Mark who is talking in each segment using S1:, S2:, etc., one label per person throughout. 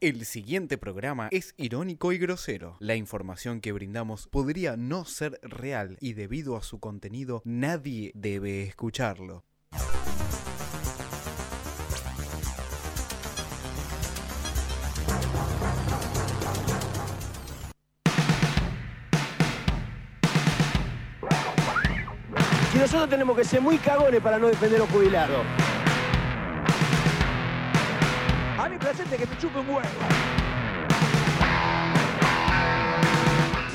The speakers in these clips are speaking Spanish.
S1: El siguiente programa es irónico y grosero. La información que brindamos podría no ser real y debido a su contenido nadie debe escucharlo.
S2: Y nosotros tenemos que ser muy cagones para no defender a los jubilados. A mí presente que me chupe un huevo.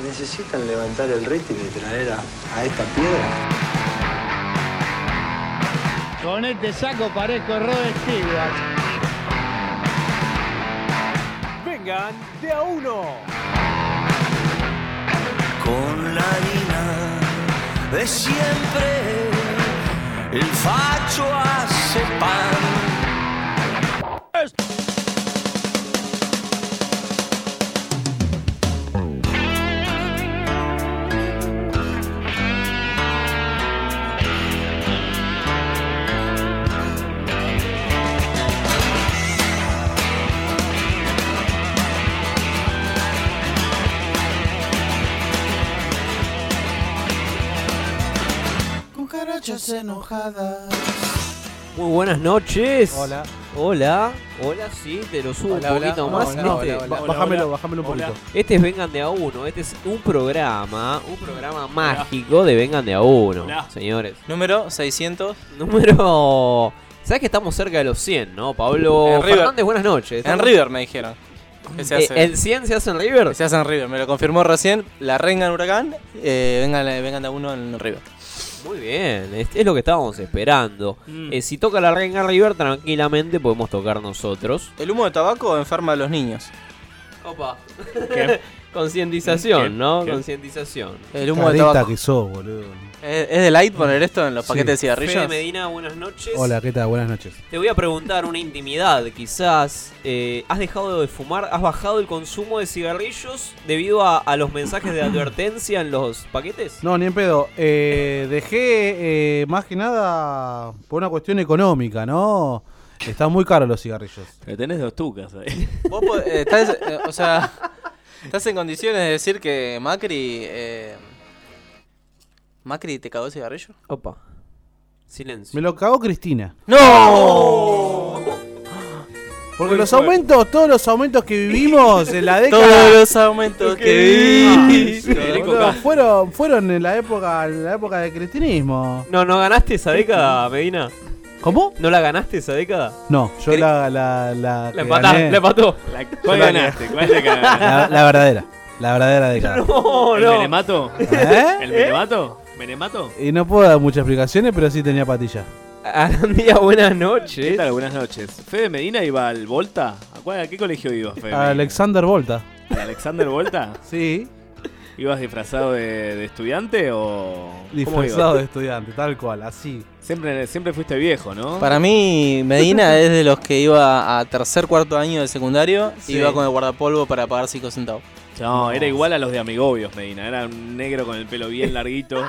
S3: Necesitan levantar el rating y traer a, a esta piedra.
S4: Con este saco parezco Robert Stewart.
S2: Vengan de a uno.
S5: con la harina de siempre. El facho hace pan.
S6: Cucarachas enojadas.
S7: Muy buenas noches.
S6: Hola.
S7: Hola. Hola, sí, te lo subo
S6: Hola,
S7: un
S6: hola,
S7: poquito
S6: hola,
S7: más.
S6: hola,
S7: este,
S6: hola, hola.
S7: ba-
S2: Bájamelo, bájamelo un poquito.
S7: este es Vengan de a uno. Este es un programa, un programa mágico de Vengan de a uno,
S6: Hola.
S7: señores.
S6: Número 600.
S7: Número. Sabes que estamos cerca de los 100, ¿no? Pablo
S6: En River.
S7: Fernández, buenas noches.
S6: En River me dijeron. Que se
S7: Eh,
S6: hace.
S7: ¿El 100 se hace en River?
S6: que Se hace en River. Me lo confirmó recién. La renga en Huracán. eh, vengan, vengan de a uno en River.
S7: Muy bien, es, es lo que estábamos esperando.
S6: Mm.
S7: Eh, si toca la renga River, tranquilamente podemos tocar nosotros.
S6: El humo de tabaco enferma a los niños.
S7: Opa. Concientización, ¿no?
S8: ¿Qué?
S7: Concientización.
S6: El humo de
S9: Careta
S6: tabaco.
S9: que sos, boludo.
S6: ¿Es, es de light poner esto en los
S9: Sí.
S6: paquetes de
S7: Fede
S6: cigarrillos?
S7: Medina, buenas noches.
S9: Hola, ¿qué tal? Buenas noches.
S7: Te voy a preguntar una intimidad, quizás. Eh, ¿Has dejado de fumar? ¿Has bajado el consumo de cigarrillos debido a, a los mensajes de advertencia en los paquetes?
S9: No, ni en pedo. Eh, dejé eh, más que nada por una cuestión económica, ¿no? Están muy caros los cigarrillos.
S8: Pero tenés dos tucas ahí.
S6: Vos po- eh, estás, eh, o sea, estás en condiciones de decir que Macri. eh, ¿Macri te cagó el cigarrillo?
S7: Opa.
S9: Me
S7: Silencio.
S9: lo cagó Cristina.
S6: ¡No!
S9: Porque los aumentos, todos los aumentos que vivimos en la
S6: Todos
S9: década.
S6: los aumentos que vi.
S9: Ah, boludo, fueron, fueron en la época, en la época del cristinismo.
S7: No, ¿no ganaste esa década, Medina?
S9: ¿Cómo?
S7: ¿No la ganaste esa década?
S9: No, yo la, la, la, que
S7: La empatá,
S9: gané-
S7: la empató.
S8: ¿Cuál ganaste? ¿Cuál le ganaste?
S9: la- la verdadera. La verdadera década.
S7: No,
S8: ¿El
S7: no.
S8: Menemato?
S9: Oh, ¿Eh?
S8: ¿El Menemato? ¿Menemato?
S9: Y no puedo dar muchas explicaciones, pero sí tenía patilla.
S7: Arandía, buenas
S8: ¿Qué
S7: noches.
S8: tal? Buenas noches. ¿Fede Medina iba al Volta? ¿A, cuál- a qué colegio iba, Fede? Medina?
S9: Alexander Volta.
S8: ¿Al Alexander Volta?
S9: Sí,
S8: ¿Ibas disfrazado de, de estudiante o.? cómo
S9: disfrazado
S8: ibas?
S9: de estudiante, tal cual, así.
S8: Siempre, siempre fuiste viejo, ¿no?
S6: Para mí, Medina es de los que iba a tercer cuarto año de secundario y
S9: Sí.
S6: iba con el guardapolvo para pagar 5 centavos.
S8: No, era igual a los de Amigobios, Medina. Era un negro con el pelo bien larguito.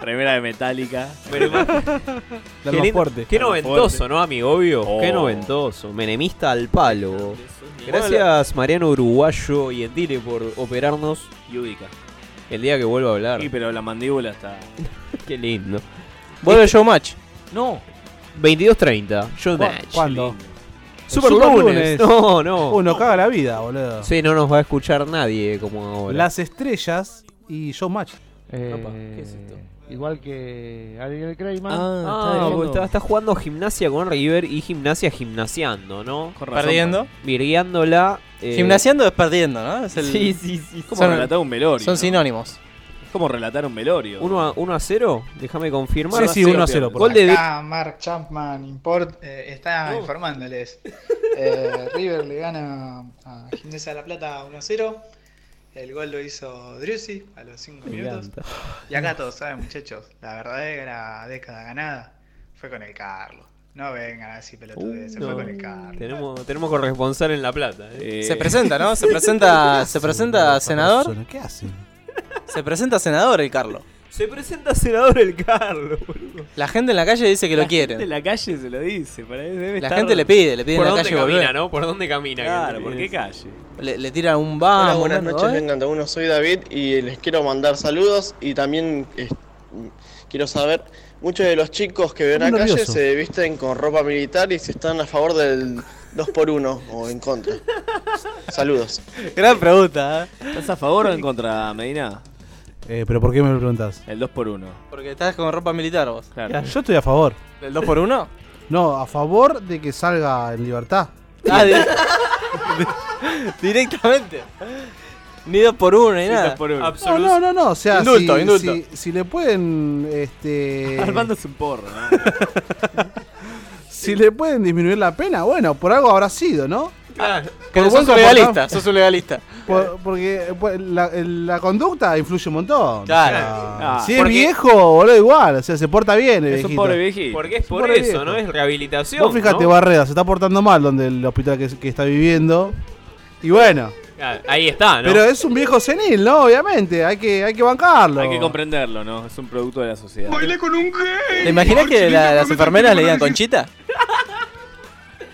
S8: Remera de metálica.
S7: Pero más-
S9: Del
S7: Qué
S9: más
S7: lindo-
S9: fuerte.
S7: Qué noventoso, ¿no, amigo? Obvio.
S8: Oh.
S7: Qué noventoso. Menemista al palo. Gracias, Mariano Uruguayo y Entile, por operarnos
S8: Yudica.
S7: el día que vuelva a hablar.
S8: Sí, pero la mandíbula está.
S7: Qué lindo. Este-
S6: Vuelve el showmatch.
S8: No.
S7: 22.30, John
S9: ¿Cu-
S7: Match.
S9: ¿Cuándo?
S7: Super,
S9: Super
S7: lunes.
S9: lunes.
S7: No, no.
S9: Uno caga la vida, boludo.
S7: Sí, no nos va a escuchar nadie como ahora.
S9: Las estrellas y Showmatch.
S7: Opa, ¿qué es esto?
S10: Eh, Igual que Ariel Craigman.
S7: Ah, porque está, está jugando gimnasia con River y gimnasia gimnasiando, ¿no?
S8: Con razón.
S6: Perdiendo.
S7: Virgueándola. eh,
S6: Gimnasiando es perdiendo, ¿no? Es el-
S7: Sí, sí, sí.
S8: Es como
S6: Son-
S8: relatar un velorio.
S6: Son
S8: ¿no?
S6: sinónimos.
S8: Es como relatar un velorio.
S7: 1 a, 1 a 0, déjame confirmar.
S9: Sí, sí, 1 a 0.
S7: Gol de
S10: Acá Ah, Mark Chapman import, eh, está informándoles. Eh, River le gana a Gimnasia de la Plata 1-0. El gol lo hizo Driussi a los 5 minutos. Y acá todos saben, muchachos, la verdadera década ganada fue con el Carlos. No vengan a decir pelotudes, se fue con el Carlos.
S7: Tenemos, tenemos corresponsal en La Plata. eh.
S8: Eh,
S6: Se presenta, ¿no? Se presenta, se presenta senador.
S9: ¿Qué hacen?
S6: Se presenta senador el Carlos.
S11: Se presenta senador el Carlos, boludo.
S6: La gente en la calle dice que lo
S8: gente en
S6: quieren.
S8: la calle se lo dice. para- debe
S6: La
S8: estar-
S6: gente le pide, le pide en
S7: ¿Por
S6: la
S7: dónde
S6: calle
S7: camina,
S6: volver.
S7: no? ¿Por dónde camina?
S8: Claro, ¿por qué calle?
S6: Le, le tiran un ¿eh? bar.
S12: buenas noches, me encanta. Uno soy David y les quiero mandar saludos y también eh, quiero saber, muchos de los chicos que ven a
S9: Muy
S12: calle
S9: nervioso.
S12: se visten con ropa militar y si están a favor del 2x1 o en contra. Saludos.
S6: Gran pregunta.
S8: ¿Estás a favor o en contra, Medina?
S9: Eh, pero ¿por qué me lo preguntás?
S8: El 2x1.
S6: Porque estás con ropa militar vos.
S9: Mira, Yo estoy a favor.
S6: ¿Del 2x1?
S9: No, a favor de que salga en libertad.
S6: Ah, di- directamente. Ni 2x1 ni nada.
S9: No, no, no, no, o sea,
S6: Indulto,
S9: si,
S6: indulto.
S9: Si, si le pueden, este...
S8: Armando es un porro, ¿no?
S9: si le pueden disminuir la pena, bueno, por algo habrá sido, ¿no?
S6: Claro.
S9: Por
S6: Pero
S9: buen
S6: sos un legalista,
S9: comportam-
S6: sos un legalista.
S9: Por- porque eh, pues, la, el- la conducta influye un montón.
S6: Claro.
S9: O sea,
S7: Ah,
S9: si es
S7: porque-
S9: viejo, boludo, igual, o sea, se porta bien el viejito.
S7: Porque es
S9: Es un
S7: por
S9: pobre
S7: eso,
S9: viejo.
S7: ¿no? Es rehabilitación.
S9: Vos fíjate,
S7: ¿no?
S9: Barreda, se está portando mal donde el hospital que, que está viviendo. Y bueno,
S7: Ah, Ahí está, ¿no?
S9: pero es un viejo senil, ¿no? Obviamente, hay que, hay que bancarlo.
S8: Hay que comprenderlo, ¿no? Es un producto de la sociedad.
S6: con un gay! ¿Te imaginas que la- las enfermeras le digan conchita?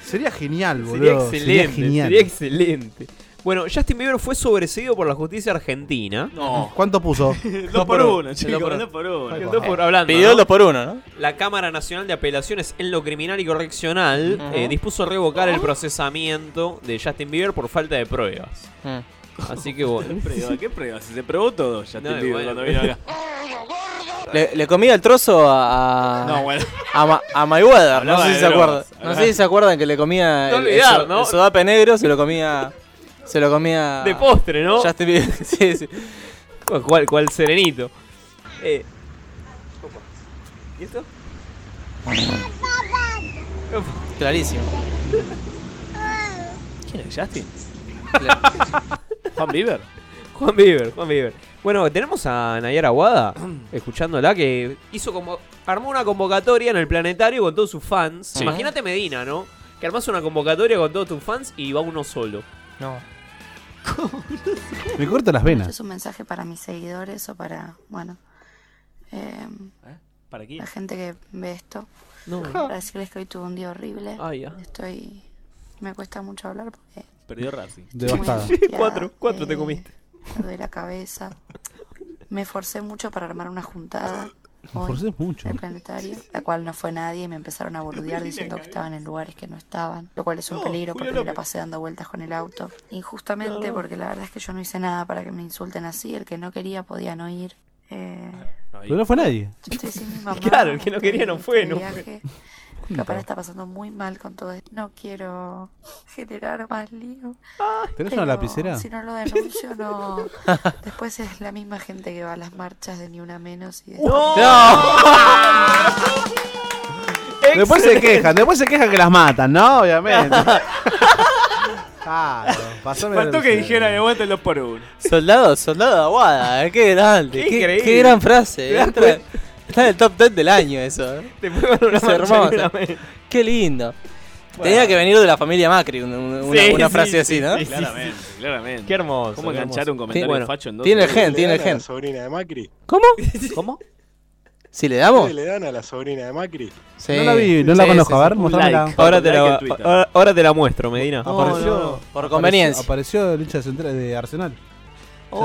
S9: Sería genial,
S8: Sería
S9: boludo.
S8: excelente,
S9: genial.
S7: Sería excelente. Bueno, Justin Bieber fue sobreseído por la justicia argentina.
S6: No.
S9: ¿Cuánto puso?
S8: Dos por uno,
S7: El dos
S8: chicos.
S7: por
S8: Dos por uno.
S7: El dos por- hablando,
S6: Pidió el
S7: ¿no?
S6: 2x1, ¿no?
S7: La Cámara Nacional de Apelaciones en lo Criminal y Correccional
S6: Ujú.
S7: eh, dispuso revocar el procesamiento de Justin Bieber por falta de pruebas.
S6: Mm.
S7: Así que bueno.
S8: ¿Qué prueba? ¿Qué prueba? Si se probó todo, ya
S7: No,
S8: te digo
S7: bueno.
S8: cuando vino acá.
S6: Le, le comía el trozo a. a
S8: No, bueno.
S6: A, Ma- a Mayweather, no
S8: Hablaba
S6: sé
S8: de
S6: si se
S8: drogas.
S6: acuerdan. No sé si se acuerdan que le comía.
S7: No
S6: el,
S7: olvidar,
S6: el so-
S7: ¿no?
S6: el sodape negro se lo comía. Se lo comía.
S7: De postre, ¿no?
S6: Justin Bieber, sí, sí.
S7: ¿Cuál, cuál, cuál serenito? Eh,
S6: ¿Y esto? Clarísimo.
S8: ¿Quién es Justin?
S6: Cla-
S8: Juan Bieber.
S7: Juan Bieber, Juan Bieber. Bueno, tenemos a Nayara Aguada, escuchándola, que hizo como. armó una convocatoria en el planetario con todos sus fans.
S6: Sí.
S7: Imagínate Medina, ¿no? Que armás una convocatoria con todos tus fans y va uno solo.
S6: No.
S9: Me corta las
S13: Esto
S9: venas.
S13: este es un mensaje para mis seguidores o para, bueno, eh,
S8: ¿Para quién?
S13: la gente que ve esto.
S7: No.
S13: Para decirles que hoy tuve un día horrible.
S7: Ah, ya.
S13: Estoy. Me cuesta mucho hablar porque.
S8: Perdió Racing.
S9: Devastada.
S13: estoy muy
S7: Cuatro, cuatro te
S13: angustiada,
S7: comiste.
S13: eh, Me duele la cabeza. Me esforcé mucho para armar una juntada.
S9: Me
S13: hoy
S9: esforcé mucho.
S13: en el planetario, la cual no fue nadie y me empezaron a boludear diciendo que estaban en lugares que no estaban, lo cual es un peligro porque me la pasé dando vueltas con el auto. Injustamente, porque la verdad es que yo no hice nada para que me insulten así, el que no quería podía no ir. Eh,
S9: Pero no fue nadie.
S13: yo estoy sin mi mamá.
S7: Claro, el que no quería no fue,
S13: estoy de
S7: no fue.
S13: viaje. Mi papá la está pasando muy mal con todo esto. No quiero generar más lío.
S9: ¿Tenés una
S13: pero
S9: lapicera?
S13: Si no lo denuncio, no. Después es la misma gente que va a las marchas de Ni Una Menos y de...
S9: Después se quejan, después se quejan que las matan, ¿no? Obviamente. claro, pasame
S8: Faltó
S9: el-
S8: que dijera de vuelta el 2x1.
S6: Soldado, soldado de Aguada, eh, qué grande,
S8: Qué
S6: qué,
S8: increíble.
S6: qué gran frase.
S8: ¿Te
S6: eh.
S8: das
S6: Entra- está en el top 10 del año eso. eh.
S7: Te pegan una
S6: Es
S7: marcha
S6: hermoso.
S7: de una vez.
S6: Qué lindo. Tenía que venir de la familia Macri, un- un- una,
S7: Sí,
S6: una
S7: sí,
S6: frase
S7: sí,
S6: así, ¿no?
S7: sí, sí,
S8: Claramente, claramente.
S7: Qué hermoso.
S8: ¿Cómo
S7: qué
S8: enganchar
S7: hermoso.
S8: un comentario
S6: Bueno,
S8: de facho en dos
S6: tiene
S8: segundos?
S6: gen, tiene
S12: ¿Le dan a
S6: gen.
S12: la sobrina de Macri?
S6: ¿Cómo? ¿Cómo? ¿Si le damos?
S12: ¿Le dan a la sobrina de Macri?
S6: Sí.
S9: No la vi, no la conozco, a ver, mostrámela.
S7: Ahora, te
S8: Like en
S7: la,
S8: Twitter.
S7: ahora, ahora te la muestro, Medina.
S9: Apareció.
S6: Por
S9: apareció-
S6: conveniencia.
S9: Apareció el hincha de, Central- de Arsenal. Ya de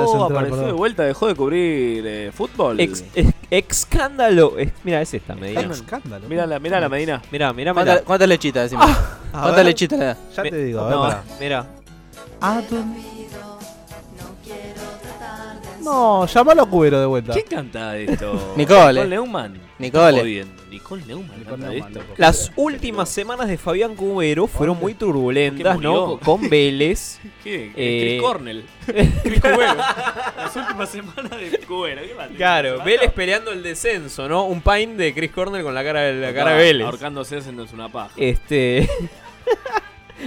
S8: Oh,
S9: Central,
S8: apareció de
S9: perdón.
S8: vuelta, dejó de cubrir eh, fútbol.
S7: Ex, ex- escándalo. Es- mira, es esta, Medina.
S9: Escándalo.
S8: Mira la, mira la Medina.
S7: Mira, mira,
S6: ¿Cuántas
S7: mira. Ah.
S6: cuántas lechitas decimos?
S9: a
S6: ¿Cuántas
S9: ver.
S6: lechitas le da?
S9: Ya te digo, a ver.
S7: No,
S9: pará.
S7: mira.
S9: Ah, tú- No, llamalo a Cubero de vuelta. eh.
S8: ¿Quién canta esto?
S6: Nicole.
S8: Neumann.
S6: Nicole.
S8: Jodiendo. Nicole Neumann canta esto.
S7: Las últimas semanas de Fabián Cubero fueron muy turbulentas,
S8: ¿Qué
S7: ¿no?
S8: murió?
S7: Con Vélez.
S8: ¿Qué?
S7: Eh,
S8: Chris Cornell. Chris Cubero. Las últimas semanas de Cubero. ¿Qué más?
S7: Claro,
S8: ¿Se
S7: Vélez
S8: mató?
S7: peleando el descenso, ¿no? Un pine de Chris Cornell con la cara de, la cara de
S8: Ah,
S7: Vélez.
S8: Ahorcándose haciéndose una paja.
S9: eh.
S7: Este.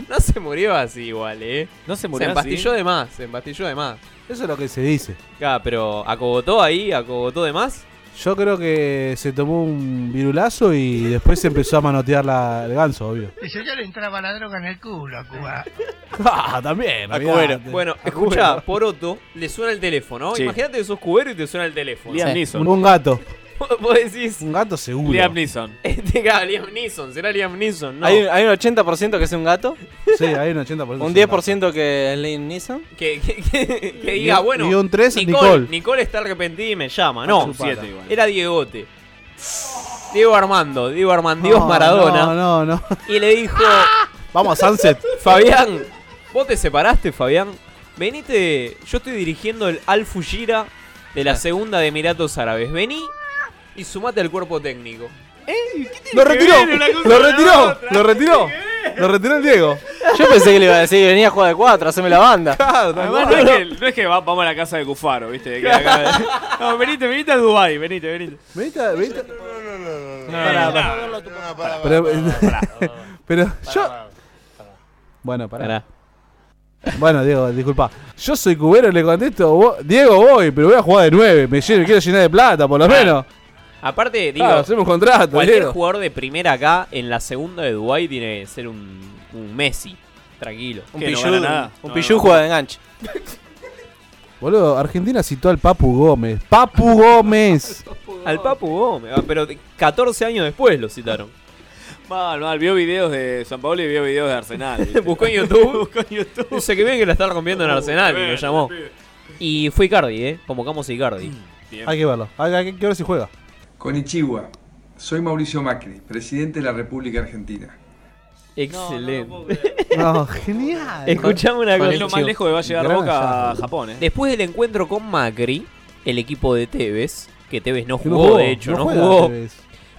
S7: no se murió así igual, ¿eh?
S8: No se
S7: Se
S8: murió así.
S7: empastilló de más, Ah, se empastilló de más.
S9: Eso es lo que se dice.
S7: Claro, pero acogotó ahí, acogotó de más.
S9: Yo creo que se tomó un virulazo y después se empezó a manotear la, el ganso, obvio.
S14: Y yo ya le entraba la droga en el culo a Cuba.
S9: Ah, también.
S7: A
S9: olvidate.
S7: cubero. Bueno,
S9: A
S7: escucha,
S9: cubero.
S7: Poroto, le suena el teléfono.
S9: Sí.
S7: Imagínate que sos cubero y te suena el teléfono.
S9: Un, un gato.
S7: Vos decís.
S9: Un gato seguro.
S7: Liam
S8: Neeson.
S7: Este, claro, Liam Neeson, será Liam Neeson, ¿no?
S6: ¿Hay, un- hay un 80% que es un gato.
S9: Sí, hay un 80%.
S6: Un 10% que es Liam Neeson.
S7: Que, que- que- que diga,
S6: Y-
S7: bueno.
S6: y un tres,
S7: Nicole.
S6: Nicole.
S7: Nicole está arrepentida y me llama. No,
S6: Un siete igual.
S7: era Diegote. Diego Armando, Diego Armandios
S9: No,
S7: Maradona.
S9: No, no, no.
S7: Y le dijo.
S9: Vamos a Sunset.
S7: Fabián, vos te separaste, Fabián. Venite, yo estoy dirigiendo el Al Fujira de
S9: Ah.
S7: la segunda de Emiratos Árabes. Vení y sumate al cuerpo técnico.
S9: Lo retiró.
S7: que ver una cosa
S9: Lo
S7: con la
S9: retiró. Lo retiró. Lo retiró el Diego.
S6: Yo pensé que le iba a decir, venía a jugar de 4, haceme la banda.
S8: Además, no es que, no es que va- vamos a la casa de Cufaro, ¿viste? De que acá- No, venite, venite a Dubái, venite, venite.
S9: Venite, venite.
S8: Pará, pará.
S9: Pero, pero yo. Bueno, pará. Bueno, Diego, disculpa. Yo soy cubero, le contesto. "Vo- Diego, voy, pero voy a jugar de 9. Me lle- me quiero llenar de plata, por lo menos.
S7: Aparte, digo,
S9: Claro, hacemos contrato,
S7: cualquier
S9: Diego.
S7: jugador de primera acá en la segunda de Dubái tiene que ser un, un Messi. Tranquilo.
S6: Un Que no Pichu- gana nada. un No, Pichu no.
S7: juega de enganche.
S9: Boludo, Argentina citó al Papu Gómez. ¡Papu Gómez!
S7: Al Papu Gómez, ah, pero de- 14 años después lo citaron.
S8: Mal, mal. Vio videos de San Pablo y vio videos de Arsenal. ¿viste?
S7: Buscó en YouTube. Buscó en YouTube. Dice que bien que la está rompiendo en Arsenal y lo llamó. Y fue Icardi, ¿eh? Convocamos a Icardi.
S8: Mm,
S9: Hay que verlo. Hay, hay que- hay que ver si juega.
S15: Konichiwa, soy Mauricio Macri, presidente de la República Argentina.
S7: Excelente.
S9: No, genial.
S7: Escuchame una cosa.
S8: Es lo más lejos que va a llegar
S7: Gran
S8: Boca a
S7: hallazgo.
S8: Japón, ¿eh?
S7: Después del encuentro con Macri, el equipo de Tevez, que Tevez no
S8: Que
S7: jugó,
S8: no jugó,
S7: de hecho,
S8: no
S7: no,
S8: juega
S7: jugó.
S8: Tevez.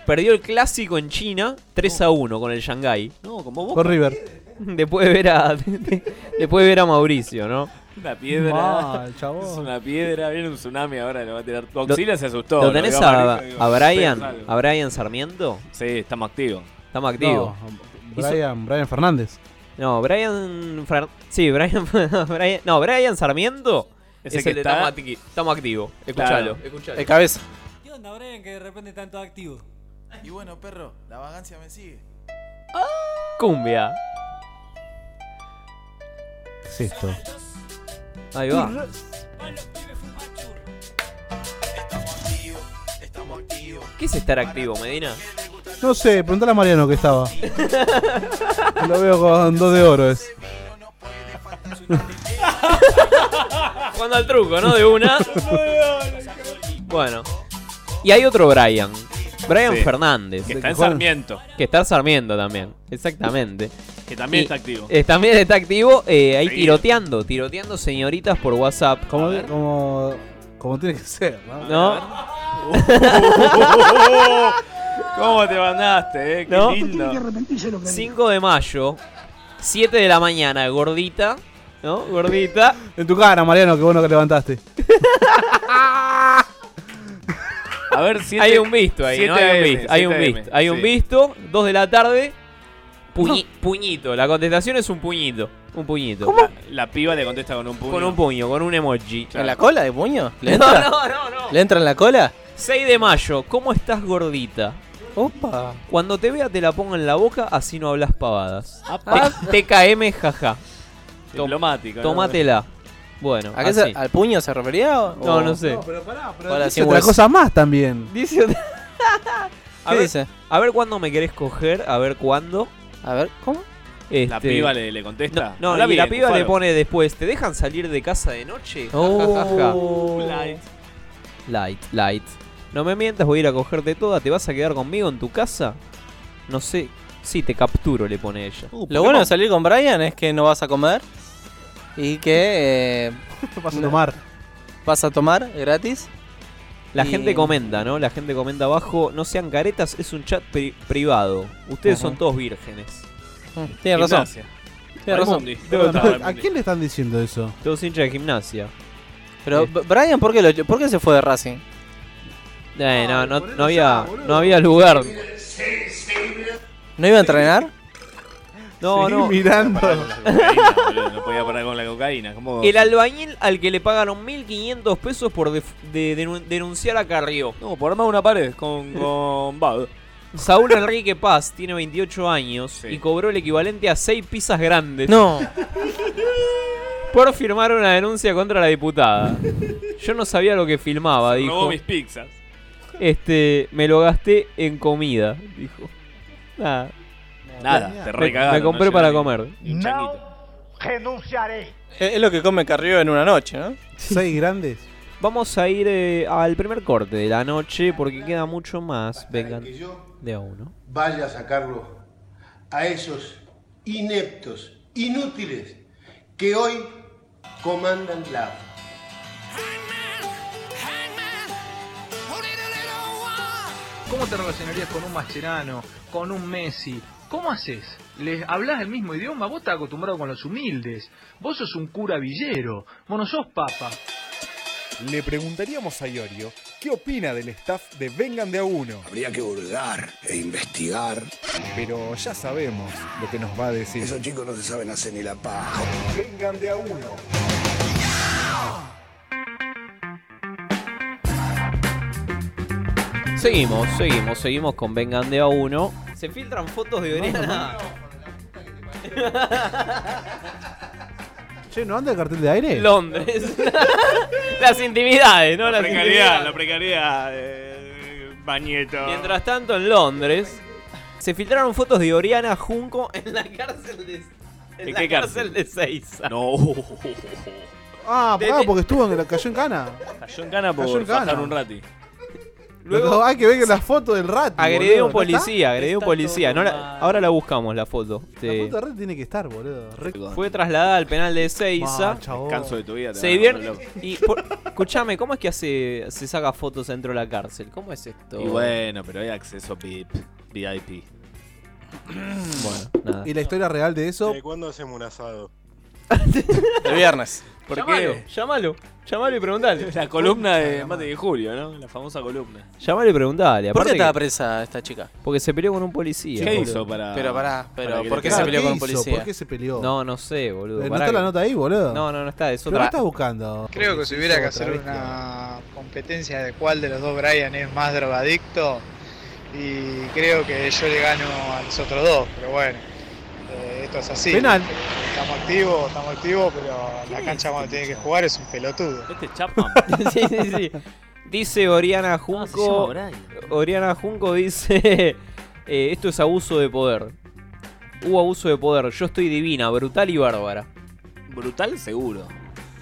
S7: Perdió el clásico en China 3 a 1 con el Shanghai.
S8: No, como Boca.
S9: Con River.
S7: Después de ver a después de ver a Mauricio, ¿no?
S8: Una piedra.
S9: Mal, chabón.
S8: Es una piedra. Viene un tsunami ahora, lo va a tirar. Godzilla se asustó.
S7: ¿Lo
S8: lo
S7: tenés
S8: vio
S7: a,
S8: amarillo, digo,
S7: a Brian?
S8: pensalo.
S7: ¿A Brian Sarmiento?
S8: Sí, estamos activos.
S7: Estamos activos.
S9: No, Brian, Brian Fernández.
S7: No, Brian. Fer- Sí, Brian, Brian- No, Brian Sarmiento.
S8: Ese
S7: es
S8: que
S7: el de
S8: está-
S7: Estamos acti- estamos activos. Escuchalo.
S8: Claro.
S7: escuchalo.
S8: El cabeza.
S16: ¿Qué onda, Brian, que de repente tanto activo? Y bueno, perro, la vagancia me sigue.
S7: Cumbia.
S9: ¿Qué es esto?
S7: Ahí va. ¿Qué es estar activo, Medina?
S9: No sé, preguntale a Mariano que estaba. Lo veo con dos de oro. Es.
S7: Jugando al truco, ¿no? De una. bueno. Y hay otro Brian. Brian
S8: Sí.
S7: Fernández.
S8: Que está en Sarmiento.
S7: Que está en Sarmiento también. Exactamente.
S8: Que también está activo.
S7: eh, también está activo. eh, ahí
S8: Seguido.
S7: tiroteando. Tiroteando señoritas por WhatsApp.
S9: Como, como, como tiene que ser, ¿no?
S7: ¿No?
S8: ¿Cómo te mandaste, eh? Qué
S7: ¿No?
S8: lindo.
S7: 5 de mayo. 7 de la mañana. Gordita. ¿No? Gordita.
S9: En tu cara, Mariano, que bueno que levantaste.
S8: A ver, siete-
S7: Hay un visto ahí, ¿no?
S8: 7
S7: Hay un
S8: AM,
S7: visto, hay un
S8: 7 AM,
S7: visto. Hay un
S8: sí.
S7: visto, 2 de la tarde. puñi- Puñito, la contestación es un puñito. Un puñito.
S8: La piba le contesta con un puño.
S7: Con un puño, con un emoji.
S6: ¿En la cola de puño? ¿Le
S7: No,
S6: entra?
S7: no, no, no.
S6: ¿Le entra en la cola?
S7: 6 de mayo, ¿cómo estás gordita?
S6: Opa.
S7: Cuando te vea te la pongo en la boca, así no hablas pavadas. Te- TKM, jaja. Tom-
S8: Diplomático. ¿no?
S7: Tómatela. Bueno,
S6: ¿A qué se-
S7: así.
S6: ¿Al puño se refería? o-
S7: No, no sé.
S6: Hola,
S9: Dice
S6: sin
S9: otra
S6: hueso.
S9: cosa más también.
S7: Dice otra- a
S6: ¿Qué
S7: ver,
S6: dice?
S7: A ver cuándo me querés coger, a ver cuándo. Este,
S6: A ver, ¿cómo?
S8: La piba le, le contesta.
S7: No,
S8: Habla
S7: y la
S8: bien,
S7: piba le
S8: Cufaro.
S7: pone después, ¿te dejan salir de casa de noche? Ja, ja, ja, ja.
S6: Oh.
S7: eh. Light, light. No me mientas, voy a ir a cogerte toda, ¿te vas a quedar conmigo en tu casa? No sé, sí, te capturo, le pone ella.
S6: Lo bueno de salir con Brian es que no vas a comer y que... eh,
S9: Vas a tomar.
S6: Vas a tomar gratis.
S7: La
S6: Y-
S7: gente comenta, ¿no? La gente comenta abajo, no sean caretas, es un chat pri- privado. Ustedes
S6: Ajá.
S7: son todos vírgenes.
S6: Mm, Tienes razón. Tienes razón.
S9: Perdón, pero ¿A quién le están diciendo eso?
S7: Todos hinchas de gimnasia.
S6: Pero B- Brian, ¿por qué, lo- por qué se fue de Racing?
S7: Eh,
S8: Ah,
S7: no, no, no había, no había lugar.
S6: ¿No iba a entrenar?
S13: No,
S7: Sí,
S13: no.
S7: mirando.
S8: no podía parar con la cocaína. ¿cómo?
S7: El albañil al que le pagaron 1.500 pesos por def- de- denun- denunciar a Carrió. No, por armar una pared con, con Saúl Enrique Paz tiene 28 años y cobró el equivalente a 6 pizzas grandes.
S6: No.
S7: Por firmar una denuncia contra la diputada. Yo no sabía lo que filmaba, dijo.
S8: Robó mis pizzas.
S7: Este, me lo gasté en comida, dijo. Nada.
S8: Nada, te
S7: Me-
S8: recagaron.
S7: Me compré
S8: no
S7: para
S8: llega ni-
S7: comer.
S8: ni un changuito.
S14: Renunciaré.
S6: Es lo que come Carrió en una noche, ¿no?
S7: Seis grandes. Vamos a ir eh, al primer corte de la noche porque queda mucho más. Vengan
S17: que yo-
S7: de a uno.
S17: vaya a sacarlo a esos ineptos, inútiles, que hoy comandan la...
S18: ¿Cómo te relacionarías con un Mascherano, con un Messi? ¿Cómo haces? ¿Les hablas el mismo idioma? Vos estás acostumbrado con los humildes. Vos sos un cura villero. Vos no sos papa.
S1: Le preguntaríamos a Iorio qué opina del staff de Vengan de a uno.
S19: Habría que burlar e investigar.
S1: Pero ya sabemos lo que nos va a decir.
S19: Esos chicos no se saben hacer ni la paja.
S1: Vengan de a uno.
S7: Seguimos, seguimos, seguimos con Vengan de a uno. Se filtran fotos de Oriana.
S9: Che, ¿no anda el cartel de aire?
S7: Londres. Las intimidades, ¿no?
S8: La
S7: Las
S8: precariedad,
S7: intimidades.
S8: la
S6: Ah,
S8: precariedad. eh, Bañeto.
S7: Mientras tanto, en Londres se filtraron fotos de Oriana Junco en la cárcel de. En,
S8: ¿En
S7: la
S8: qué
S7: cárcel? de Seiza.
S8: No.
S9: Ah,
S7: De-
S9: pará,
S7: de-
S9: porque estuvo en la cayó en cana.
S8: Cayó en cana por
S9: Cayó en
S8: fajar
S9: cana.
S8: un rati.
S9: Luego, hay que ver que la foto del rato.
S7: Agredí a un
S9: boludo, ¿no está?
S7: policía, agredí a un policía. No la- ahora la buscamos la foto.
S9: La
S7: Sí.
S9: foto del rato tiene que estar, boludo. Re-
S7: Fue trasladada al penal de Ezeiza.
S9: Ah, chabón. Descanso de tu vida, te
S7: Se
S9: van a
S7: divierte.
S9: volver
S7: Y por- escuchame, ¿cómo es que hace, se saca fotos dentro de la cárcel? ¿Cómo es esto?
S8: Y bueno, pero hay acceso VIP. VIP.
S7: Bueno,
S6: Mm.
S7: nada.
S9: Y la historia real de eso.
S20: ¿De cuándo hacemos un asado?
S6: El viernes.
S8: ¿Por
S7: Llamalo,
S8: qué?
S7: Llámalo, llamalo y preguntale.
S8: La columna de Mate de Julio, ¿no? La famosa columna.
S7: Llamale y preguntale.
S6: ¿Por qué
S7: aparte
S6: estaba
S7: que-
S6: presa esta chica?
S7: Porque se peleó con un policía.
S6: ¿Qué
S7: boludo.
S6: hizo para- Pero pará, pero para que ¿por le- qué se
S9: Claro,
S6: peleó con un
S9: hizo?
S6: policía?
S9: ¿Por qué se peleó?
S7: No, no sé, boludo.
S9: Eh, ¿No
S7: pará
S9: está
S7: que-
S9: la nota ahí, boludo?
S7: No, no, no está. Es
S9: ¿Pero qué
S7: otra.
S9: estás buscando?
S10: Creo que si hubiera que hacer
S9: travesti.
S10: una competencia de cuál de los dos Brian es más drogadicto, y creo que yo le gano a los otros dos, pero bueno, eh, esto es así.
S9: Penal.
S10: Estamos activos, estamos activos, pero la cancha cuando tiene que jugar es un pelotudo.
S8: Este chapa.
S7: sí, sí, sí. Dice
S6: Ah,
S7: Oriana Junco.
S10: llama
S7: Oriana Junco dice: eh, Esto es abuso de poder. Hubo abuso de poder. Yo estoy divina, brutal y bárbara.
S8: Brutal seguro.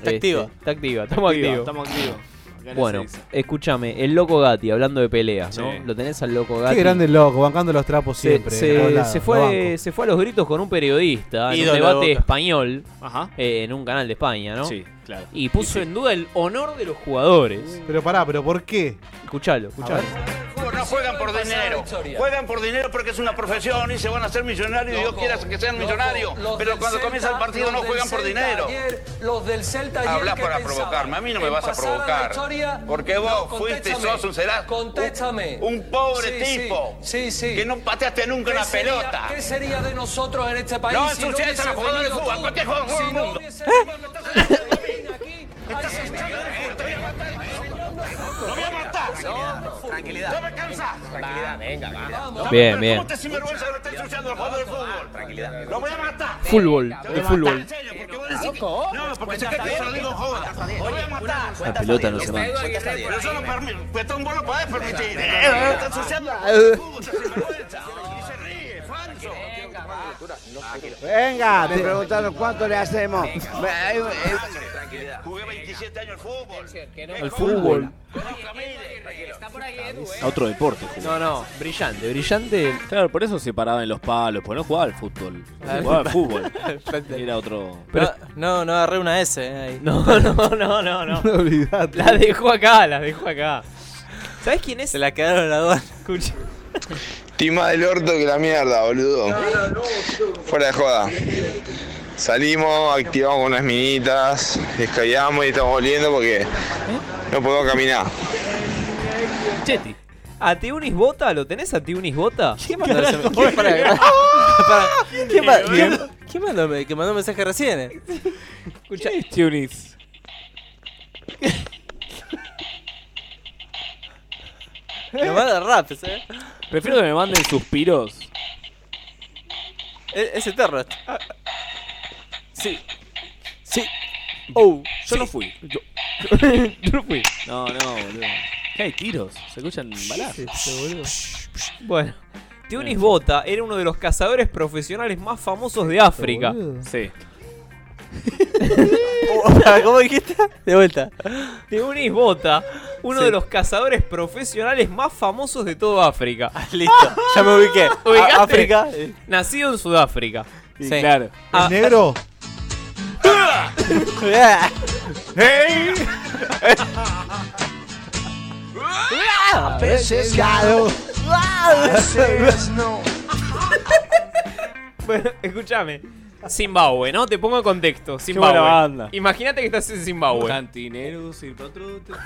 S7: Este, Está activa, estamos
S8: Activa,
S7: activos.
S8: Estamos activos. Acá en
S7: Bueno,
S8: Ezeiza.
S7: escúchame, el loco Gatti, hablando de peleas, ¿no?
S8: Sí.
S7: Lo tenés al loco
S9: Qué
S7: Gatti.
S9: grande el loco, bancando los trapos
S7: Se-
S9: siempre.
S7: se,
S9: en todos lados,
S7: Eh, se
S9: lo banco.
S7: fue, se fue a los gritos con un periodista en un
S9: Ídolo de
S7: debate
S9: Boca.
S7: español
S8: Ajá.
S7: eh, en un canal de España, ¿no?
S8: Sí, claro.
S7: Y puso en duda el honor de los jugadores.
S9: Pero pará, ¿pero por qué?
S7: Escuchalo, escuchalo.
S21: No juegan por dinero, juegan por dinero porque es una profesión y se van a hacer millonarios y Dios quiera que sean millonarios, pero cuando comienza el partido no juegan por dinero.
S22: los del Celta
S21: Hablas para provocarme, a mí no me vas a provocar, porque vos fuiste y sos un serás
S22: Contéstame.
S21: un pobre
S22: Sí, sí,
S21: tipo
S22: Sí, sí.
S21: que no pateaste nunca
S22: ¿Qué
S21: una
S22: sería-
S21: pelota.
S22: ¿Qué sería de nosotros en este país?
S21: No
S22: si no
S21: ensucias a los
S22: hubiese
S21: jugadores de
S22: venido
S21: fútbol,
S22: tú?
S21: cualquier jugador del
S22: Si no
S21: mundo. ¿Eh?
S22: hubiese
S21: Tranquilidad. No me cansas. Tranquilidad, venga, vamos.
S7: Bien,
S21: ¿Cómo
S7: bien.
S21: te sinvergüenza que lo está ensuciando el jugador de fútbol? Tranquilidad. Lo voy a matar.
S7: Fútbol,
S21: Lo voy a
S7: el
S21: matar,
S7: fútbol.
S21: en serio, porque vos decís que- No, porque se cree que yo se lo digo en joda. Lo voy a matar.
S8: La pelota no se
S21: Pero
S8: mancha.
S21: yo no permito. Pues un vos lo podés permitir.
S8: Venga,
S21: Eh,
S8: venga.
S21: Está ensuciando
S8: Eh.
S21: el fútbol, sinvergüenza. Y se ríe, falso.
S23: Venga, te preguntaron cuánto le hacemos. Ve- eh, eh,
S21: Jugué 27 años al fútbol.
S7: Al fútbol.
S8: A otro deporte. jugó.
S7: No, no, brillante, brillante. Ah,
S8: Claro, por eso se paraba en los palos, porque no jugaba al fútbol.
S6: Claro.
S8: Jugaba al fútbol. Era otro.
S6: no, no, no agarré una S. eh, ahí.
S7: No, no, no, no, no.
S6: No, olvidate.
S7: La dejó acá, la dejó acá. ¿Sabes quién es?
S6: Se la quedaron la aduana.
S7: Escucha.
S24: Estoy más del orto que la mierda, boludo. Fuera de joda. Salimos, activamos unas minitas, descayamos y estamos volviendo porque no podemos caminar.
S7: Chetti. ¿A Tiunis Bota? ¿Lo tenés a Tiunis Bota? ¿Qué
S6: mandó ese-
S7: carajo?
S6: qué- para- para. ¿Quién, ma- quién- quién mandó, me- que mandó un mensaje recién? eh?
S8: Escucha, Tunis.
S6: Me manda rap, ¿eh?
S8: Prefiero que me manden suspiros.
S6: E- ese terror.
S8: este.
S7: Ah.
S8: Sí.
S6: Sí.
S8: Oh,
S6: yo no fui.
S8: Yo, no fui. No, no, boludo. ¿Qué hay tiros? Se escuchan balazos.
S9: Este,
S7: Bueno. Tunis Bota era uno de los cazadores profesionales más famosos de África.
S8: Sí.
S6: ¿Cómo dijiste? De vuelta.
S7: Tunis Bota, uno
S6: Sí.
S7: de los cazadores profesionales más famosos de todo África.
S6: Ah, Listo, ya me ubiqué. A-
S7: ¿Ubicaste?
S6: África. eh.
S7: Nacido en Sudáfrica.
S6: Sí, Sí. claro.
S7: Ah,
S9: ¿El negro?
S6: ¡Hey!
S21: A veces gano, a veces no.
S7: Bueno, escúchame. Zimbabue, ¿no? Te pongo en contexto. Zimbabue.
S8: buena banda.
S7: Imagínate que estás en Zimbabue.
S25: Cantineros y patrutos.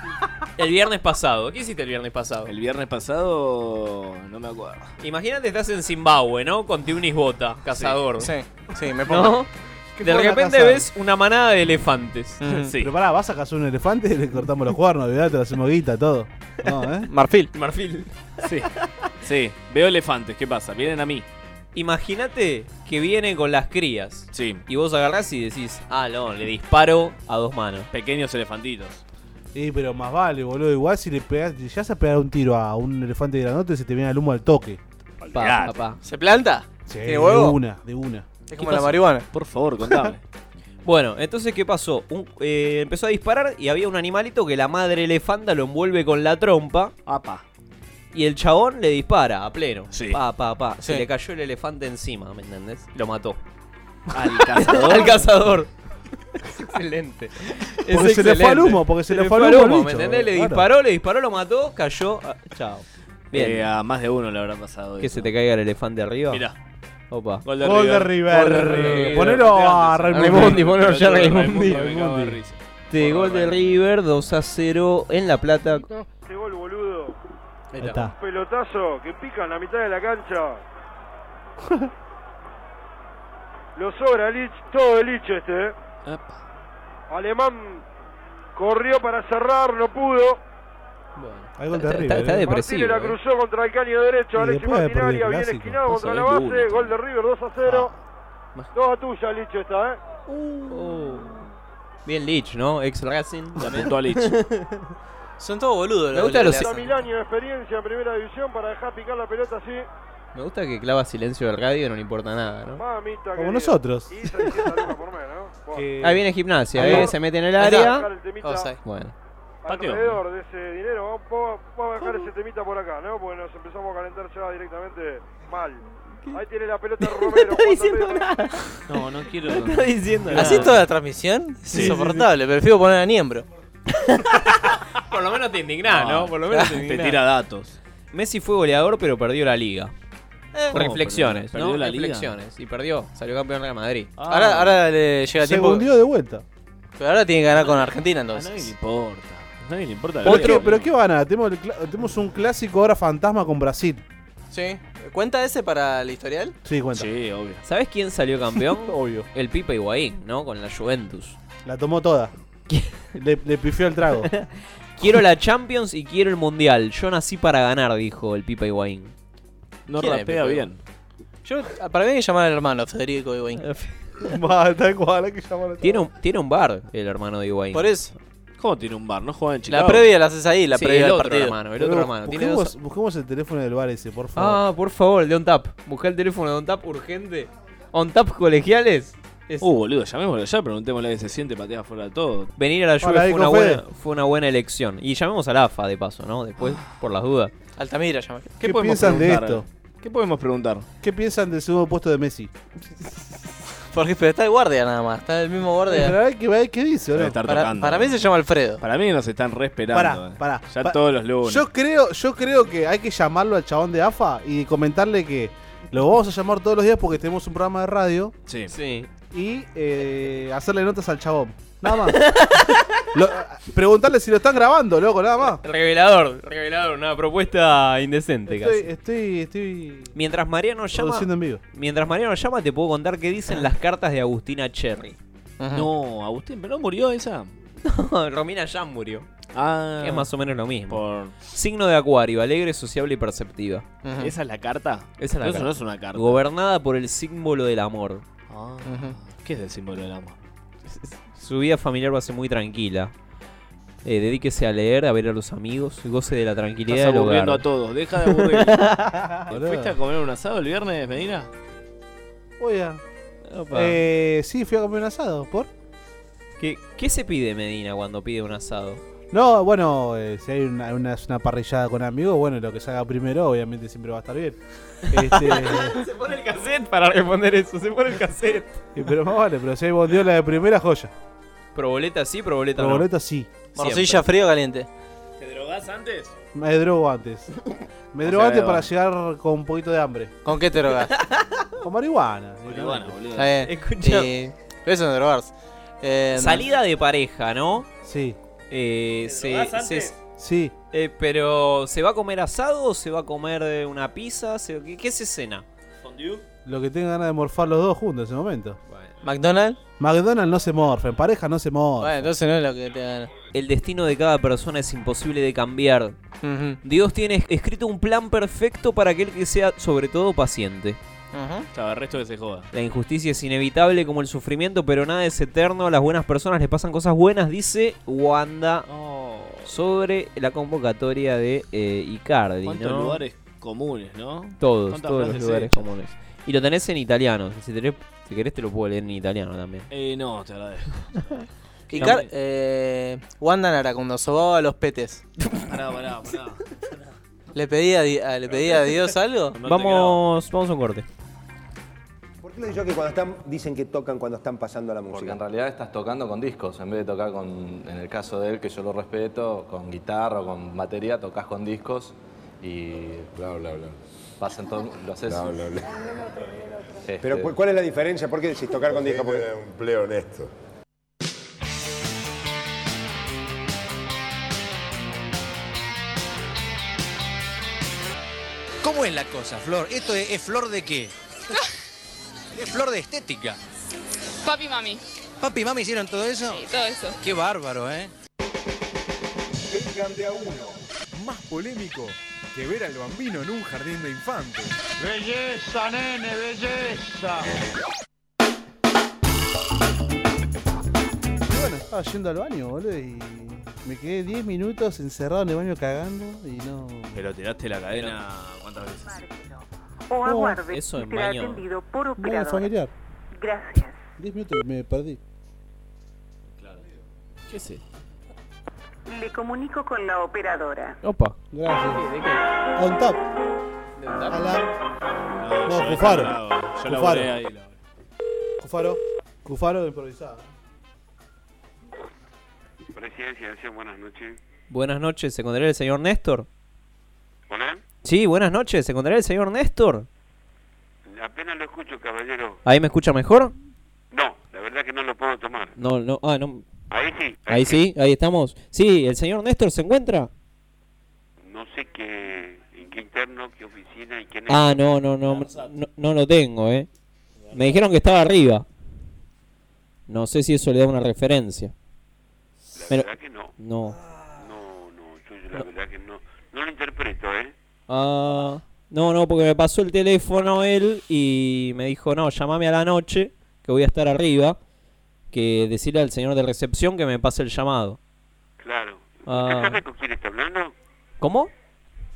S7: El viernes pasado. ¿Qué hiciste el viernes pasado?
S25: El viernes pasado no me acuerdo.
S7: Imagínate estás en Zimbabue, ¿no? Con Tunis Bota, cazador.
S6: Sí, sí, me
S7: ¿No?
S6: pongo.
S9: ¿Qué
S7: De
S9: fueron a
S7: repente
S9: cazar?
S7: ves una manada de elefantes. Sí.
S9: Pero pará, vas a cazar un elefante y le cortamos los cuernos, ¿verdad? Te lo hacemos guita, todo. No, ¿eh?
S6: Marfil.
S7: Marfil.
S8: Sí. Sí. Veo elefantes. ¿Qué pasa? Vienen a mí.
S7: Imagínate que viene con las crías.
S8: Sí.
S7: Y vos agarrás y decís, ah, no, le disparo a dos manos.
S8: Pequeños elefantitos.
S9: Sí, pero más vale, boludo. Igual si le pegas, si llegas a pegar un tiro a un elefante grandote, se te viene el humo al toque.
S7: Pa,
S8: Olvidate.
S7: pa, pa.
S6: ¿Se planta?
S9: Sí,
S6: ¿Tiene huevo?
S9: De una, de una.
S6: Es
S7: ¿Qué
S6: como la
S7: pasa?
S6: marihuana.
S8: Por favor, contame.
S7: Bueno, entonces, ¿qué pasó? Un- eh, empezó a disparar y había un animalito que la madre elefanta lo envuelve con la trompa.
S8: Apa.
S7: Y el chabón le dispara a pleno.
S8: Sí.
S7: Pa, pa, pa. Se
S6: Sí.
S7: le cayó el elefante encima, ¿me entendés? Lo mató.
S8: Al cazador.
S7: Al cazador. Es excelente. Es
S9: Porque se le fue al
S7: excelente.
S9: humo, porque se le fue al humo al
S7: ¿Me
S9: bicho,
S7: entendés? Le
S9: claro.
S7: disparó, le disparó, lo mató, cayó. ah, chao. Bien.
S8: Eh, a más de uno le habrá pasado.
S7: que se te caiga el elefante arriba.
S8: Mira.
S7: Opa.
S8: Gol de
S9: Gol de
S8: River.
S9: River.
S8: Gol de River.
S9: Ponelo a
S8: Antes,
S9: Raimundi.
S7: Raimundi, ponelo ya a Raimundi.
S9: Raimundo, me cago de risa.
S7: Este gol de River 2 a 0 en La Plata.
S3: Este gol, boludo.
S7: Ahí está.
S3: Un pelotazo que pica en la mitad de la cancha. Lo sobra Lich, todo de Lich este. eh. Alemán corrió para cerrar, no pudo.
S9: Algo
S7: Está-
S9: terrible.
S7: está- está
S9: ¿eh?
S7: depresivo,
S3: Martínez la cruzó contra el caño derecho,
S9: Y
S3: Alexis
S9: después de
S3: Martinelli,
S9: perder el
S3: bien
S9: clásico.
S3: esquinado
S9: No
S3: contra la
S9: sabés de
S3: base,
S9: una.
S3: gol de River 2 a
S7: Ah.
S3: 0. Dos a tuya, Lich esta, eh.
S7: Uh. Bien Lich, ¿no? Ex Racing.
S8: La apuntó a Lich.
S6: Son todos boludos.
S7: Me gusta los-
S3: Está Milaño de experiencia en primera división para dejar picar la pelota así.
S7: Me gusta que clava silencio del radio, no le importa nada, ¿no?
S3: Mamita
S7: Como
S3: querida.
S7: nosotros.
S3: Y 600 lucas por mes, ¿no? Buah.
S7: Ahí viene gimnasia,
S3: Ahí
S7: ¿eh?
S3: va.
S7: Se mete en el
S3: Ahí está.
S7: área.
S3: Bajar el temita. Offside.
S7: Bueno.
S3: Alrededor de ese dinero, vamos- vamos,
S7: Uh.
S3: vamos a dejar ese temita por acá, ¿no? Porque nos empezamos a calentar ya directamente mal. Ahí tiene la pelota Romero.
S6: está diciendo
S3: cuando
S6: nada.
S8: No, no quiero.
S6: No
S8: está
S6: diciendo
S8: nada.
S6: ¿Así toda la transmisión?
S8: Sí,
S6: es insoportable. Prefiero poner a Niembro. Ah,
S7: Por lo menos te indignás, ¿no? Por lo menos Ah. te indignás.
S8: tira datos.
S7: Messi fue goleador, pero perdió la liga.
S8: ¿Cómo
S7: Reflexiones,
S8: perdió?
S7: Eh, ¿no?
S8: ¿Perdió la liga?
S7: Reflexiones. Y perdió. Salió campeón Real Madrid.
S8: Ah.
S6: Ahora, ahora le llega
S9: Se
S6: tiempo.
S9: hundió de vuelta.
S6: Pero ahora tiene que ganar con Argentina entonces.
S8: A nadie le importa. A nadie le importa.
S9: ¿Pero qué, ¿Pero qué van a ganar? Tenemos, el cla- tenemos un clásico ahora fantasma con Brasil.
S6: Sí. ¿Cuenta ese para el historial?
S9: Sí, cuenta.
S8: Sí, obvio.
S7: ¿Sabés quién salió campeón? Obvio. El Pipa Higuaín, ¿no? Con la Juventus.
S9: La tomó toda. Le, le pifió el trago.
S7: Quiero la Champions y quiero el Mundial. Yo nací para ganar, dijo el Pipa Higuaín.
S8: No
S7: ¿Quién es
S8: rapea
S7: Pepe?
S8: bien.
S6: Yo, para mí hay que llamar al hermano Federico Higuaín.
S9: Va, tal cual, hay que llamarlo.
S7: Tiene un, tiene un bar el hermano de Higuaín.
S6: Por eso.
S8: ¿Cómo tiene un bar? ¿No juega en Chicago?
S6: La previa la haces ahí, la
S7: Sí,
S6: previa
S7: el
S6: del
S7: otro
S6: partido.
S7: hermano, el otro hermano. Tiene
S9: busquemos,
S7: dos-
S9: busquemos el teléfono del bar ese, por favor.
S7: Ah, por favor, de OnTap. Busca el teléfono de OnTap urgente. OnTap colegiales. Es-
S8: Uh, boludo, llamémoslo ya, preguntémosle que se siente, patea afuera de todo.
S7: Venir a la Juve
S8: Hola,
S7: fue
S8: Nico
S7: una,
S8: Fede.
S7: buena, fue una buena elección. Y llamemos a la AFA de paso, ¿no? Después,
S9: Ah.
S7: por las dudas.
S6: Altamira llama.
S9: ¿Qué, piensan de
S8: preguntar?
S9: esto?
S8: ¿Qué podemos preguntar?
S9: ¿Qué piensan del segundo puesto de Messi?
S6: Porque pero está el guardia nada más, está el mismo
S9: Pero
S6: guardia.
S9: a ver qué, a ver qué dice, boludo.
S8: Estar
S6: Para,
S8: tocando.
S6: para mí se llama Alfredo.
S8: Para mí nos están re esperando.
S9: Pará,
S8: eh.
S9: pará.
S8: Ya
S9: Pa-
S8: todos los lunes.
S9: Yo creo, yo creo que hay que llamarlo al chabón de AFA y comentarle que lo vamos a llamar todos los días porque tenemos un programa de radio
S8: Sí.
S7: Sí.
S9: y eh, hacerle notas al chabón. Nada más. Lo- preguntarle si lo están grabando, loco, nada más.
S7: Revelador, revelador, una propuesta indecente
S9: Estoy,
S7: casi.
S9: estoy, estoy
S7: Mientras Mariano llama,
S9: produciendo en vivo.
S7: mientras Mariano llama te puedo contar qué dicen las cartas de Agustina Cherry.
S8: No, Agustín, pero no murió esa.
S7: No, Romina ya murió.
S8: Ah,
S7: Que Es más o menos lo mismo. Signo de Acuario, alegre, sociable y perceptiva.
S8: ¿Esa es la carta?
S7: Esa es la
S8: Eso
S7: carta.
S8: no es una carta.
S7: Gobernada por el símbolo del amor.
S8: Ah,
S7: Uh.
S8: ¿Qué es el símbolo del amor?
S7: Su vida familiar va a ser muy tranquila. Eh, dedíquese a leer, a ver a los amigos, goce de la tranquilidad
S8: Estás
S7: del hogar.
S8: aburriendo a todos, deja de aburrir. ¿Te ¿Fuiste a comer un asado el viernes, Medina?
S9: Voy a.
S7: Opa.
S9: Eh, sí, fui a comer un asado. ¿Por?
S7: ¿Qué, qué se pide Medina cuando pide un asado?
S9: No, bueno, eh, si hay una, una- una parrillada con amigos, bueno, lo que salga primero, obviamente siempre va a estar bien. Este,
S7: Se pone el cassette para responder eso, se pone el cassette.
S9: y pero más vale, pero si hay bondiola de primera, joya.
S7: Proboleta sí, proboleta
S9: Pero
S7: no.
S9: boleta sí.
S6: Morcilla fría o caliente.
S8: ¿Te drogás antes?
S9: Me drogo antes. Me
S6: O
S9: drogo
S6: sea,
S9: antes
S6: de
S9: para
S6: banda.
S9: llegar con un poquito de hambre.
S6: ¿Con qué te drogas?
S9: Con marihuana.
S8: Marihuana, boludo.
S6: Está bien.
S7: Escucha.
S6: Eh, pero eso no es drogarse. Eh,
S7: Salida de pareja, ¿no?
S9: Sí.
S7: Eh, se,
S8: drogás
S7: se-
S8: antes?
S9: Sí.
S7: eh, pero, ¿se va a comer asado o se va a comer eh, una pizza? ¿Se- ¿Qué, qué se cena?
S9: Lo que tengan ganas de morfar los dos juntos en ese momento.
S6: ¿McDonald's?
S9: McDonald's no se morfa, en pareja no se morfa.
S6: Bueno, entonces no es lo que te dan.
S7: El destino de cada persona es imposible de cambiar. Dios tiene es- escrito un plan perfecto para aquel que sea, sobre todo, paciente.
S8: Chava, el resto que se joda.
S7: La injusticia es inevitable como el sufrimiento, pero nada es eterno. A las buenas personas les pasan cosas buenas, dice Wanda
S6: Oh.
S7: sobre la convocatoria de eh, Icardi.
S8: ¿Cuántos
S7: ¿no?
S8: lugares comunes, no?
S7: Todos,
S8: ¿Cuántas
S7: todos los
S8: frases
S7: lugares
S8: hechas?
S7: comunes. Y lo tenés en italiano. Si, tenés- si querés, te lo puedo leer en italiano también.
S8: Eh, no, te agradezco.
S6: Y Car- eh, Wanda Nara, cuando sobaba los petes,
S8: Pará, pará, pará.
S6: ¿le pedía a, di- a- ¿le pedía a Dios algo?
S7: vamos, vamos a un corte.
S2: ¿Por qué los que cuando están dicen que tocan cuando están pasando la
S4: Porque
S2: música?
S4: en realidad estás tocando con discos, en vez de tocar con, en el caso de él, que yo lo respeto, con guitarra o con batería, tocas con discos y. Bla, bla, bla. Pasan todo. Lo haces.
S2: Bla, bla, bla. Pero ¿cu- ¿cuál es la diferencia? ¿Por qué decís tocar con disco? Porque... Este. un pleo honesto.
S5: ¿Cómo es la cosa, Flor? ¿Esto es, es flor de qué? es flor de estética.
S20: Papi, mami.
S5: ¿Papi y mami hicieron todo eso?
S20: Todo eso.
S5: Qué bárbaro, ¿eh?
S17: Vengan de a uno. Más polémico que ver al bambino en un jardín de infantes.
S14: Belleza, nene, belleza.
S9: Y bueno, estaba yendo al baño, boludo, y me quedé 10 minutos encerrado en el baño cagando y no.
S8: Pero tiraste la cadena cuántas veces.
S9: Oh, aguarde,
S7: eso en
S9: será
S7: baño.
S9: atendido Muy familiar.
S26: Gracias.
S9: 10 minutos y me perdí.
S8: ¿Qué es esto?
S26: Le comunico con la operadora.
S9: Opa. Gracias. On top. A la- No, Cufaro.
S8: Yo la
S9: Cufaro.
S8: volé ahí. la-
S9: Cufaro. Cufaro improvisado.
S27: Presidencia, decían buenas noches.
S7: Buenas noches, ¿se encontrará el señor Néstor?
S27: Hola.
S7: Sí, buenas noches, ¿se encontrará el señor Néstor?
S27: Apenas lo escucho, caballero.
S7: ¿Ahí me escucha mejor?
S27: No, la verdad que no lo puedo tomar.
S7: No, no, ah, no.
S27: Ahí sí.
S7: Ahí sí, ahí estamos. Sí, ¿el señor Néstor se encuentra?
S27: No sé qué, en qué interno, qué oficina y quién es.
S7: Ah, no, no, no, no, no lo tengo, ¿eh? Me dijeron que estaba arriba. No sé si eso le da una referencia.
S27: La
S7: Pero-
S27: verdad que no.
S7: No.
S27: No, no, yo la verdad que no. No lo interpreto, ¿eh?
S7: Ah, no, no, porque me pasó el teléfono él y me dijo, no, llamame a la noche, que voy a estar arriba, que decirle al señor de recepción que me pase el llamado.
S27: Claro. ¿Usted
S7: Ah,
S27: sabe con quién está hablando?
S7: ¿Cómo?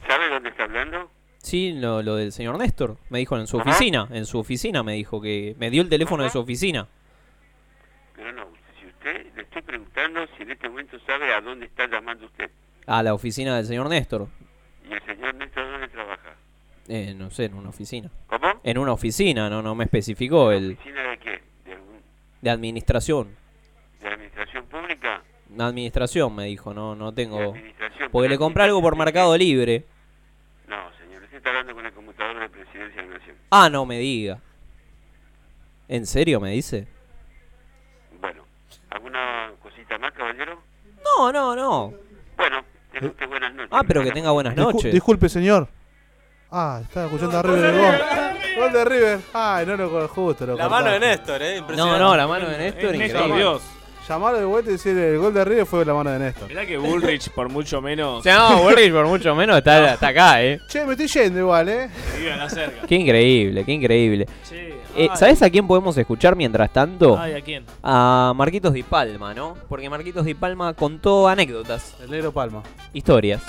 S27: ¿Sabe dónde está hablando?
S7: Sí, lo, lo del señor Néstor. Me dijo en su oficina, en su oficina me dijo que me dio el teléfono de su oficina.
S27: Pero no, si usted, le estoy preguntando si en este momento sabe a dónde está llamando usted.
S7: A la oficina del señor Néstor.
S27: Y el señor Néstor, ¿dónde trabaja?
S7: Eh, no sé, en una oficina.
S27: ¿Cómo?
S7: En una oficina, no, no me especificó el
S27: ¿Oficina de qué? ¿De, algún-
S7: de administración.
S27: de administración pública?
S7: La administración me dijo, no, no tengo.
S27: administración,
S7: Porque
S27: pero
S7: le compré algo por Mercado Libre.
S27: No, señor, usted está hablando con la computadora de Presidencia de la Nación.
S7: Ah, no me diga. ¿En serio me dice?
S27: Bueno, ¿alguna cosita más, caballero?
S7: no, no.
S27: Bueno, te guste buenas noches.
S7: Ah, pero que tenga buenas
S9: Discu-
S7: noches.
S9: disculpe, señor. Ah, estaba escuchando a River. el gol. Gol de River. Ay, no lo co- justo. Lo
S6: La
S9: cortaste.
S6: mano de Néstor, eh. Impresionante.
S7: No, no, la mano de Néstor,
S6: Eh,
S7: increíble.
S8: Dios.
S9: Llamarlo de vuelta y decir el gol de River fue la mano de Néstor.
S8: Mirá que Bullrich, por mucho menos.
S7: O sea, no, Bullrich por mucho menos está, está acá, eh.
S9: Che, me estoy yendo igual, eh.
S8: Vivan la cerca.
S7: Qué increíble, qué increíble.
S8: Sí, ay.
S7: Eh, ¿Sabes a quién podemos escuchar mientras tanto?
S8: Ay, ¿a quién?
S7: A Marquitos Di Palma, ¿no? Porque Marquitos Di Palma contó anécdotas.
S9: El negro Palma.
S7: Historias.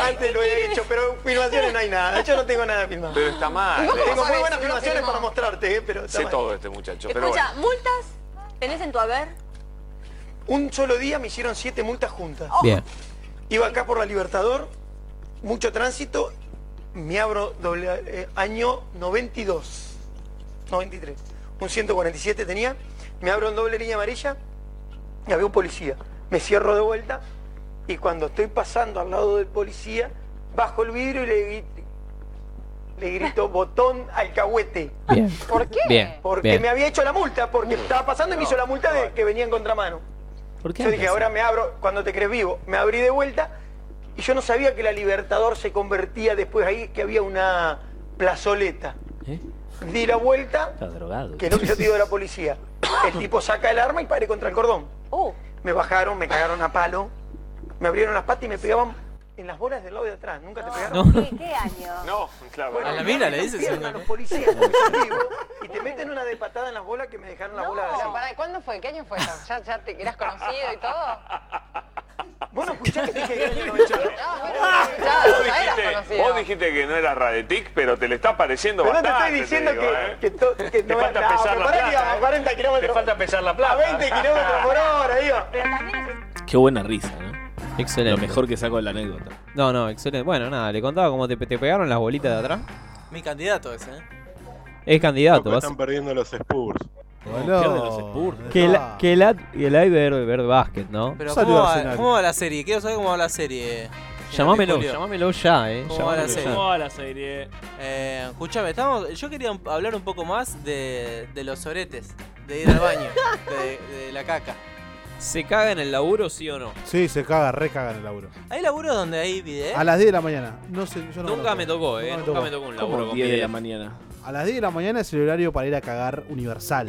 S28: Antes lo he hecho, pero filmaciones no hay nada. Yo no tengo nada filmado.
S12: Pero está mal.
S28: Tengo muy buenas
S12: Lo
S28: filmaciones
S12: filmó.
S28: para mostrarte, eh, pero está
S12: Sé
S28: mal.
S12: todo este muchacho, pero bueno. Escucha, ¿multas tenés en tu haber?
S28: Un solo día me hicieron siete multas juntas.
S12: Bien.
S28: Iba acá por la Libertador, mucho tránsito, me abro doble, eh, año 92, 93, un 147 tenía, me abro en doble línea amarilla y había un policía. Me cierro de vuelta y cuando estoy pasando al lado del policía, bajo el vidrio y le, gri- le grito botón alcahuete.
S7: Bien.
S28: ¿Por qué?
S7: Bien,
S28: Porque
S7: bien.
S28: me había hecho la multa, porque estaba pasando y me hizo la multa de que venía en contramano.
S7: ¿Por
S28: Yo dije, ahora me abro, cuando te crees vivo, me abrí de vuelta y yo no sabía que la Libertador se convertía después ahí, que había una plazoleta.
S12: ¿Eh?
S28: Di la vuelta,
S15: Está drogado.
S28: que es lo que yo te digo de la policía. El tipo saca el arma y pare contra el cordón.
S12: Oh.
S28: Me bajaron, me cagaron a palo, me abrieron las patas y me pegaban en las bolas del lado de atrás. ¿Nunca te pegaron?
S12: ¿Qué, qué año? No, claro.
S28: Bueno,
S12: Ah. A la
S28: me
S12: mina le ¿eh?
S28: abrieron
S12: dices,
S28: piernas
S12: ¿no?
S28: los policías, porque yo vivo, y te meten una de patada en las bolas que me dejaron la bola así.
S12: No, pará, ¿cuándo fue? ¿Qué año fue eso? ¿Ya, ya te eras conocido y todo?
S28: Bueno, escuchá que dije que era el 92. Ah,
S12: Claro, ya eras
S28: dijiste-
S12: conocido.
S28: Vos
S12: Vos
S28: dijiste
S12: que no era Radetic, pero te le está pareciendo
S28: Pero no te estoy diciendo que,
S12: eh.
S28: que, to- que
S12: Te
S28: no
S12: falta
S28: no,
S12: pesar
S28: pero
S12: la
S28: pará que
S12: plata, ¿eh?
S28: íbamos a 40 kilómetros. Te falta pesar la plata. A 20 kilómetros por hora, iba.
S7: Qué buena risa, ¿no? Excelente.
S8: Lo mejor que saco de la anécdota.
S7: No, no, excelente. Bueno, nada, le contaba cómo te, te pegaron las bolitas de atrás.
S6: Mi candidato ese, eh.
S7: Es candidato, vas-
S2: Están perdiendo los Spurs.
S7: Que,
S9: Ah.
S7: la, que, la, que el aire verde, verde básquet, ¿no?
S6: Pero ¿cómo va, cómo va la serie? Quiero saber cómo va la serie.
S7: Llamámelo,
S6: Julio.
S7: llamámelo ya, eh.
S6: ¿Cómo va la
S7: Llamámelo
S6: serie?
S7: ya.
S6: ¿Cómo va la serie? Eh, escuchame, estamos, yo quería un- hablar un poco más de, de los oretes, de ir al baño, de, de la caca.
S7: ¿Se caga en el laburo, sí o no?
S9: Sí, se caga, re caga en el laburo.
S6: ¿Hay laburos donde hay video?
S9: A las 10 de la mañana. No sé, yo no me
S7: Nunca
S9: lo
S7: me tocó, eh. Nunca me tocó un laburo con
S8: 10 de la
S7: pibes.
S8: mañana.
S9: A las 10 de la mañana es el horario para ir a cagar universal.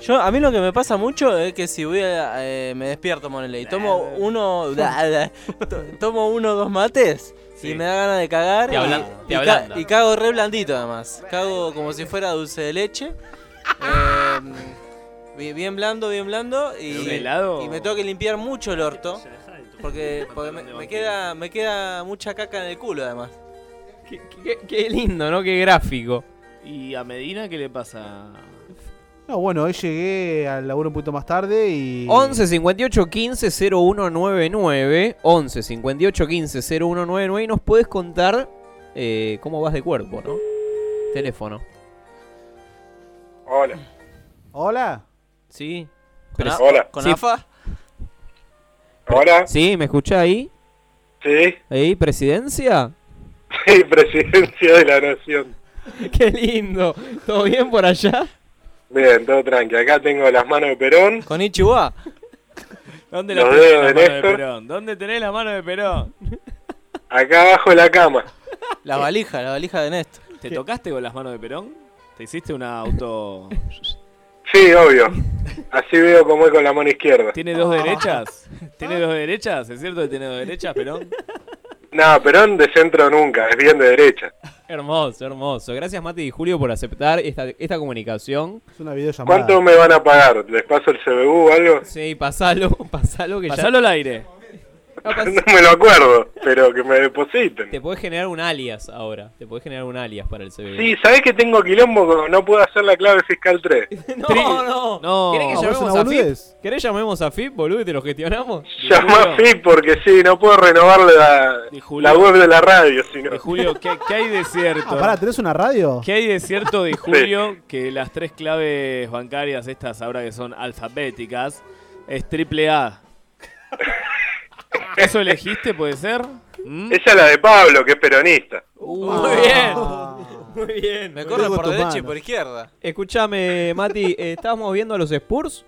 S6: Yo, a mí lo que me pasa mucho es que si voy a, eh, me despierto, monele, y tomo uno, to- tomo uno o dos mates y me da ganas de cagar.
S7: Te ablan-
S6: y-
S7: te
S6: y,
S7: ablanda.
S6: y cago re blandito además. Cago como si fuera dulce de leche. Eh, bi- bien blando, bien blando.
S8: ¿Pero un
S6: Y,
S8: helado?
S6: y me tengo que limpiar mucho el orto. Porque, porque me, me queda, me queda mucha caca en el culo además.
S7: Qué, qué lindo, ¿no? Qué gráfico.
S8: ¿Y a Medina qué le pasa?
S9: No, bueno, hoy llegué al laburo un poquito más tarde y.
S7: 11 58 15 0199 11 58 15 0199 y nos puedes contar eh, cómo vas de cuerpo, ¿no? Teléfono.
S12: Hola.
S9: Hola.
S7: Sí.
S12: Con a- Hola. con
S7: Sí.
S12: AFA. Hola.
S7: Sí, ¿me escuchás ahí?
S12: Sí.
S7: ¿Ahí, presidencia?
S12: Sí, presidencia de la nación.
S7: Qué lindo. ¿Todo bien por allá?
S12: Bien, todo tranqui. Acá tengo las manos de Perón.
S7: Con Ichiwa.
S8: ¿Dónde
S12: Los
S8: la
S12: dedos
S8: tenés la
S12: de
S8: mano de
S12: Néstor.
S8: Perón? ¿Dónde tenés la mano de Perón?
S12: Acá abajo de la cama.
S6: La valija, la valija de Néstor.
S8: ¿Te tocaste con las manos de Perón? ¿Te hiciste un auto...
S12: Sí, obvio. Así veo cómo es con la mano izquierda.
S8: ¿Tiene dos
S6: Ah.
S8: derechas? ¿Tiene dos derechas? ¿Es cierto que tiene dos derechas, Perón?
S12: No, Perón de centro nunca, es bien de derecha.
S7: Hermoso, hermoso. Gracias Mati y Julio por aceptar esta, esta comunicación.
S9: Es una videollamada.
S12: ¿Cuánto me van a pagar? ¿Les paso el CBU o algo?
S7: Sí, pasalo, pasalo que ya-
S8: Pasalo al aire.
S12: No me lo acuerdo, pero que me depositen.
S7: Te podés generar un alias ahora. Te podés generar un alias para el CV.
S12: Sí, ¿sabés que tengo quilombo? con- No puedo hacer la clave fiscal 3.
S7: No, no, no. ¿Querés
S12: ¿Pero es
S7: que llamemos
S12: una
S7: a FIP?
S12: boludez?
S7: ¿Querés llamemos a FIP, boludo, y te lo gestionamos?
S12: Llamá a FIP porque sí, no puedo renovar la, la web de la radio, sino...
S8: Eh, Julio, ¿qué, qué hay de cierto?
S9: Ah, pará, ¿tenés una radio?
S8: ¿Qué hay de cierto de Julio que las tres claves bancarias estas ahora que son alfabéticas es triple A? ¿Eso elegiste, puede ser? ¿Mm?
S12: Esa es la de Pablo, que es peronista.
S7: Muy bien. Muy bien.
S6: Me
S7: Lo
S6: corren
S7: tengo
S6: por
S7: en tus
S6: derecha y
S7: manos.
S6: por izquierda.
S7: Escuchame, Mati, eh, ¿estábamos viendo a los Spurs?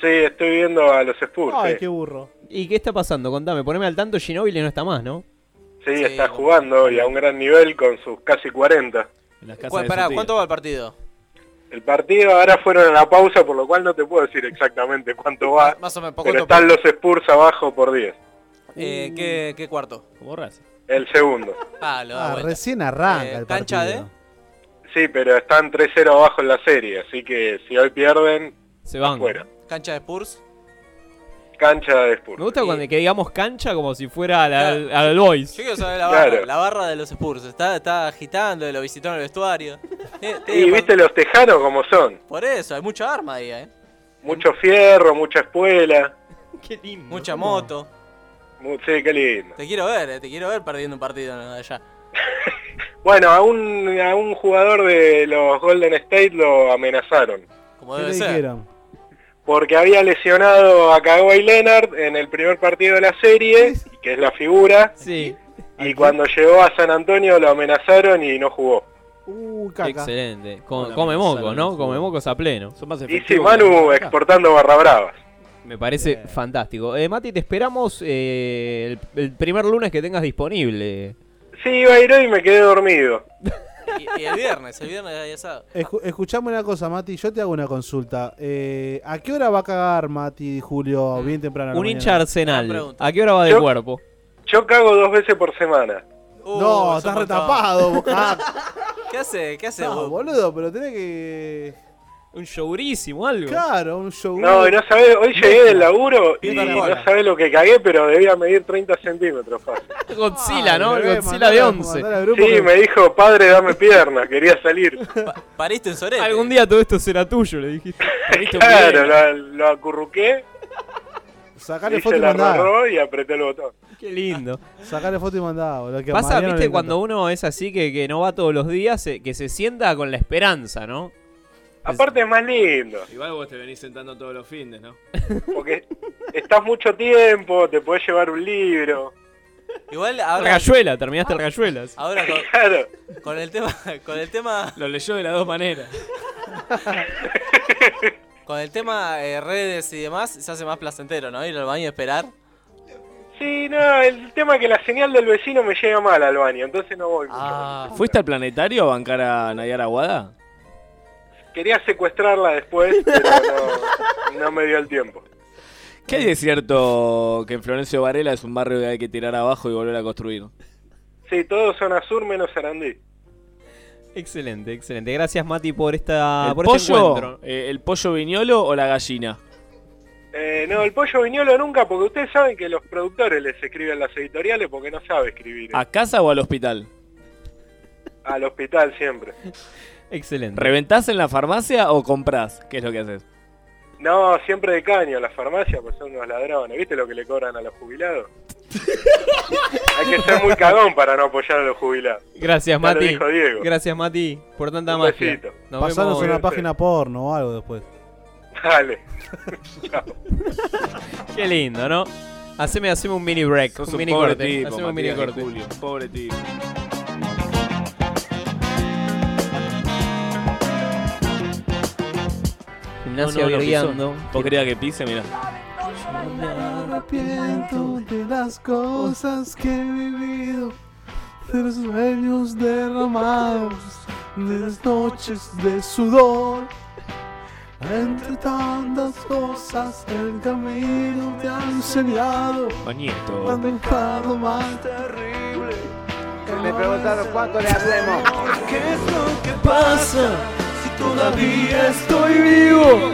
S12: Sí, estoy viendo a los Spurs.
S29: Ay,
S12: sí.
S29: qué burro.
S7: ¿Y qué está pasando? Contame, poneme al tanto, Ginóbili no está más, ¿no?
S12: Sí, está jugando y a un gran nivel con sus casi 40.
S6: ¿Cuál- pará, ¿cuánto va el partido?
S12: El partido ahora fueron a la pausa, por lo cual no te puedo decir exactamente cuánto va.
S6: Más o menos, ¿por
S12: Pero
S6: cuánto
S12: están los Spurs abajo por 10.
S6: Eh, ¿qué, ¿Qué cuarto?
S29: Borras.
S12: El segundo.
S6: Ah, lo da
S9: Ah,
S6: vuelta.
S9: recién arranca
S6: Eh,
S9: el
S6: cancha
S9: partido.
S12: Sí, pero están 3-0 abajo en la serie, así que si hoy pierden,
S7: se van.
S12: Fuera.
S6: Cancha de Spurs.
S12: Cancha de Spurs.
S7: Me gusta cuando que digamos cancha como si fuera al, al, al Boys.
S6: Yo quiero saber la barra,
S7: Claro.
S6: la barra de los Spurs. Está, está agitando, lo visitó en el vestuario. Tiene- tiene
S12: Y
S6: pa-
S12: viste los tejanos como son.
S6: Por eso, hay mucha arma ahí, ¿eh?
S12: Mucho fierro, mucha espuela.
S7: Qué lindo.
S6: Mucha moto.
S12: Mu- Sí, qué lindo.
S6: Te quiero ver, eh, te quiero ver perdiendo un partido allá.
S12: Bueno, a un, a un jugador de los Golden State lo amenazaron.
S6: Como
S9: ¿Qué
S6: debe
S9: le
S6: ser.
S9: dijeron?
S12: Porque había lesionado a Kawhi Leonard en el primer partido de la serie, que es la figura.
S7: Sí.
S12: Y cuando llegó a San Antonio lo amenazaron y no jugó.
S9: Uh,
S7: Excelente. Com- come moco, ¿no? Come mocos a pleno. Son más
S12: Y si Manu exportando barra brava.
S7: Me parece fantástico. Eh, Mati, te esperamos eh, el, el primer lunes que tengas disponible.
S12: Sí, iba a ir hoy y me quedé dormido.
S6: Y, y el viernes, el viernes hay asado.
S9: Escu- escuchame una cosa, Mati. Yo te hago una consulta. Eh, ¿A qué hora va a cagar Mati Julio bien temprano? a la
S7: Mm. Un
S9: mañana?
S7: hincha arsenal. ¿A qué hora va de
S12: Yo-
S7: cuerpo?
S12: Yo cago dos veces por semana.
S9: no, estás retapado. vos, ah,
S6: ¿Qué hace? ¿Qué hace
S9: no,
S6: vos?
S9: boludo, pero tenés que.
S7: Un yogurísimo, algo.
S9: Claro, un show.
S12: No, y no sabés, hoy llegué del laburo y no sabés lo que cagué, pero debía medir 30 centímetros fácil.
S7: Godzilla, ¿no?
S9: Ay, bebé,
S7: Godzilla de
S9: mandala-
S7: 11.
S9: mandala al
S12: Sí, me dijo, padre, dame pierna, quería salir.
S6: Pariste en Sorete.
S7: Algún día todo esto será tuyo, le dijiste.
S12: Claro, lo, lo acurruqué,
S9: Sacale foto
S12: hice
S9: y
S12: la
S9: mandá.
S12: rorró y apreté el botón.
S7: Qué lindo.
S9: Sacale foto y mandá, boludo. que a
S7: Pasa,
S9: Mariano le
S7: viste,
S9: encanta.
S7: cuando uno es así que, que no va todos los días, eh, que se sienta con la esperanza, ¿no?
S12: Aparte es más lindo,
S8: Igual vos te venís sentando todos los fines, ¿no?
S12: porque estás mucho tiempo, te podés llevar un libro.
S6: Igual ahora,
S7: Rayuela, terminaste el Rayuelas.
S6: ahora con,
S12: Claro.
S6: con el tema, con el tema,
S8: Lo leyó de las dos maneras.
S6: con el tema eh, redes y demás, se hace más placentero, ¿no? Ir al baño y esperar.
S12: Sí, no, el tema es que la señal del vecino me llega mal al baño, entonces no voy mucho.
S7: Ah.
S8: ¿Fuiste al planetario a bancar a Nayara Aguada?
S12: Quería secuestrarla después, pero no, no me dio el tiempo.
S8: ¿Qué hay de cierto que en Florencio Varela es un barrio que hay que tirar abajo y volver a construir?
S12: Sí, todo zona sur menos Sarandí.
S7: Excelente, excelente. Gracias, Mati, por esta
S8: ¿El
S7: por este encuentro.
S8: pollo? eh, ¿El pollo viñolo o la gallina?
S12: Eh, no, el pollo viñolo nunca, porque ustedes saben que los productores les escriben las editoriales porque no sabe escribir. eh,
S8: ¿A casa o al hospital?
S7: Ah.
S12: Al hospital siempre.
S7: Excelente.
S8: ¿Reventás en la farmacia o comprás? ¿Qué es lo que haces?
S12: No, siempre de caño, la farmacia, pues son unos ladrones. ¿Viste lo que le cobran a los jubilados? Hay que ser muy cagón para no apoyar a los jubilados.
S7: Gracias,
S12: Ya lo
S7: Mati.
S12: dijo Diego.
S7: Gracias, Mati, por tanta
S12: Un
S7: magia.
S12: besito.
S7: Nos
S9: Pasanos
S7: vemos.
S9: una página porno o algo después.
S12: Dale. Chao.
S7: Qué lindo, ¿no? Haceme, haceme un mini break, un mini
S8: pobre
S7: corte.
S8: tipo,
S7: haceme un mini
S8: Matías
S7: corte.
S8: Julio, pobre tipo.
S7: Gimnasia
S8: No, no, no,
S7: virgueando.
S8: pisó. Vos querías que pise, mirá.
S9: arrepiento de las cosas que he vivido, de los sueños derramados, de las noches de sudor. Entre tantas cosas el camino te ha enseñado, me ha
S8: Bañeto.
S9: dejado más
S21: terrible.
S30: Me preguntaron cuánto le hacemos.
S21: ¿Qué es lo que pasa si todavía estoy vivo?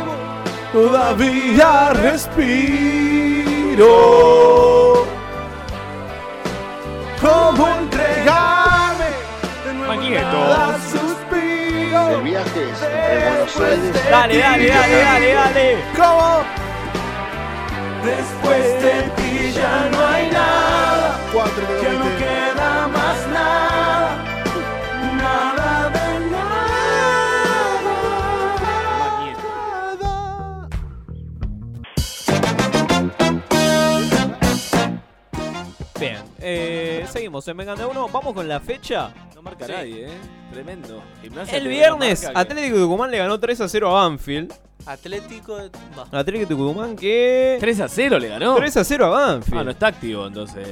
S9: Todavía respiro.
S21: ¿Cómo entregarme de nuevo
S9: Manieto.
S21: cada suspiro?
S19: El viaje es de Buenos Aires.
S21: Dale, dale, dale, dale, dale.
S9: ¿Cómo?
S21: Después de ti ya no hay nada. Ya no queda más nada. Nada de nada.
S7: Bien, eh, seguimos en Vengan de Uno. Vamos con la fecha. No
S8: marca nadie, ¿eh? Tremendo. Gimnasia
S7: El
S8: te
S7: viernes,
S8: marca que-
S7: Atlético Tucumán le ganó 3 a 0 a Banfield.
S6: Atlético de... va.
S7: Atlético Tucumán que.
S8: 3 a 0 le ganó.
S7: 3 a 0 a Banfield.
S8: Ah, no está activo, entonces.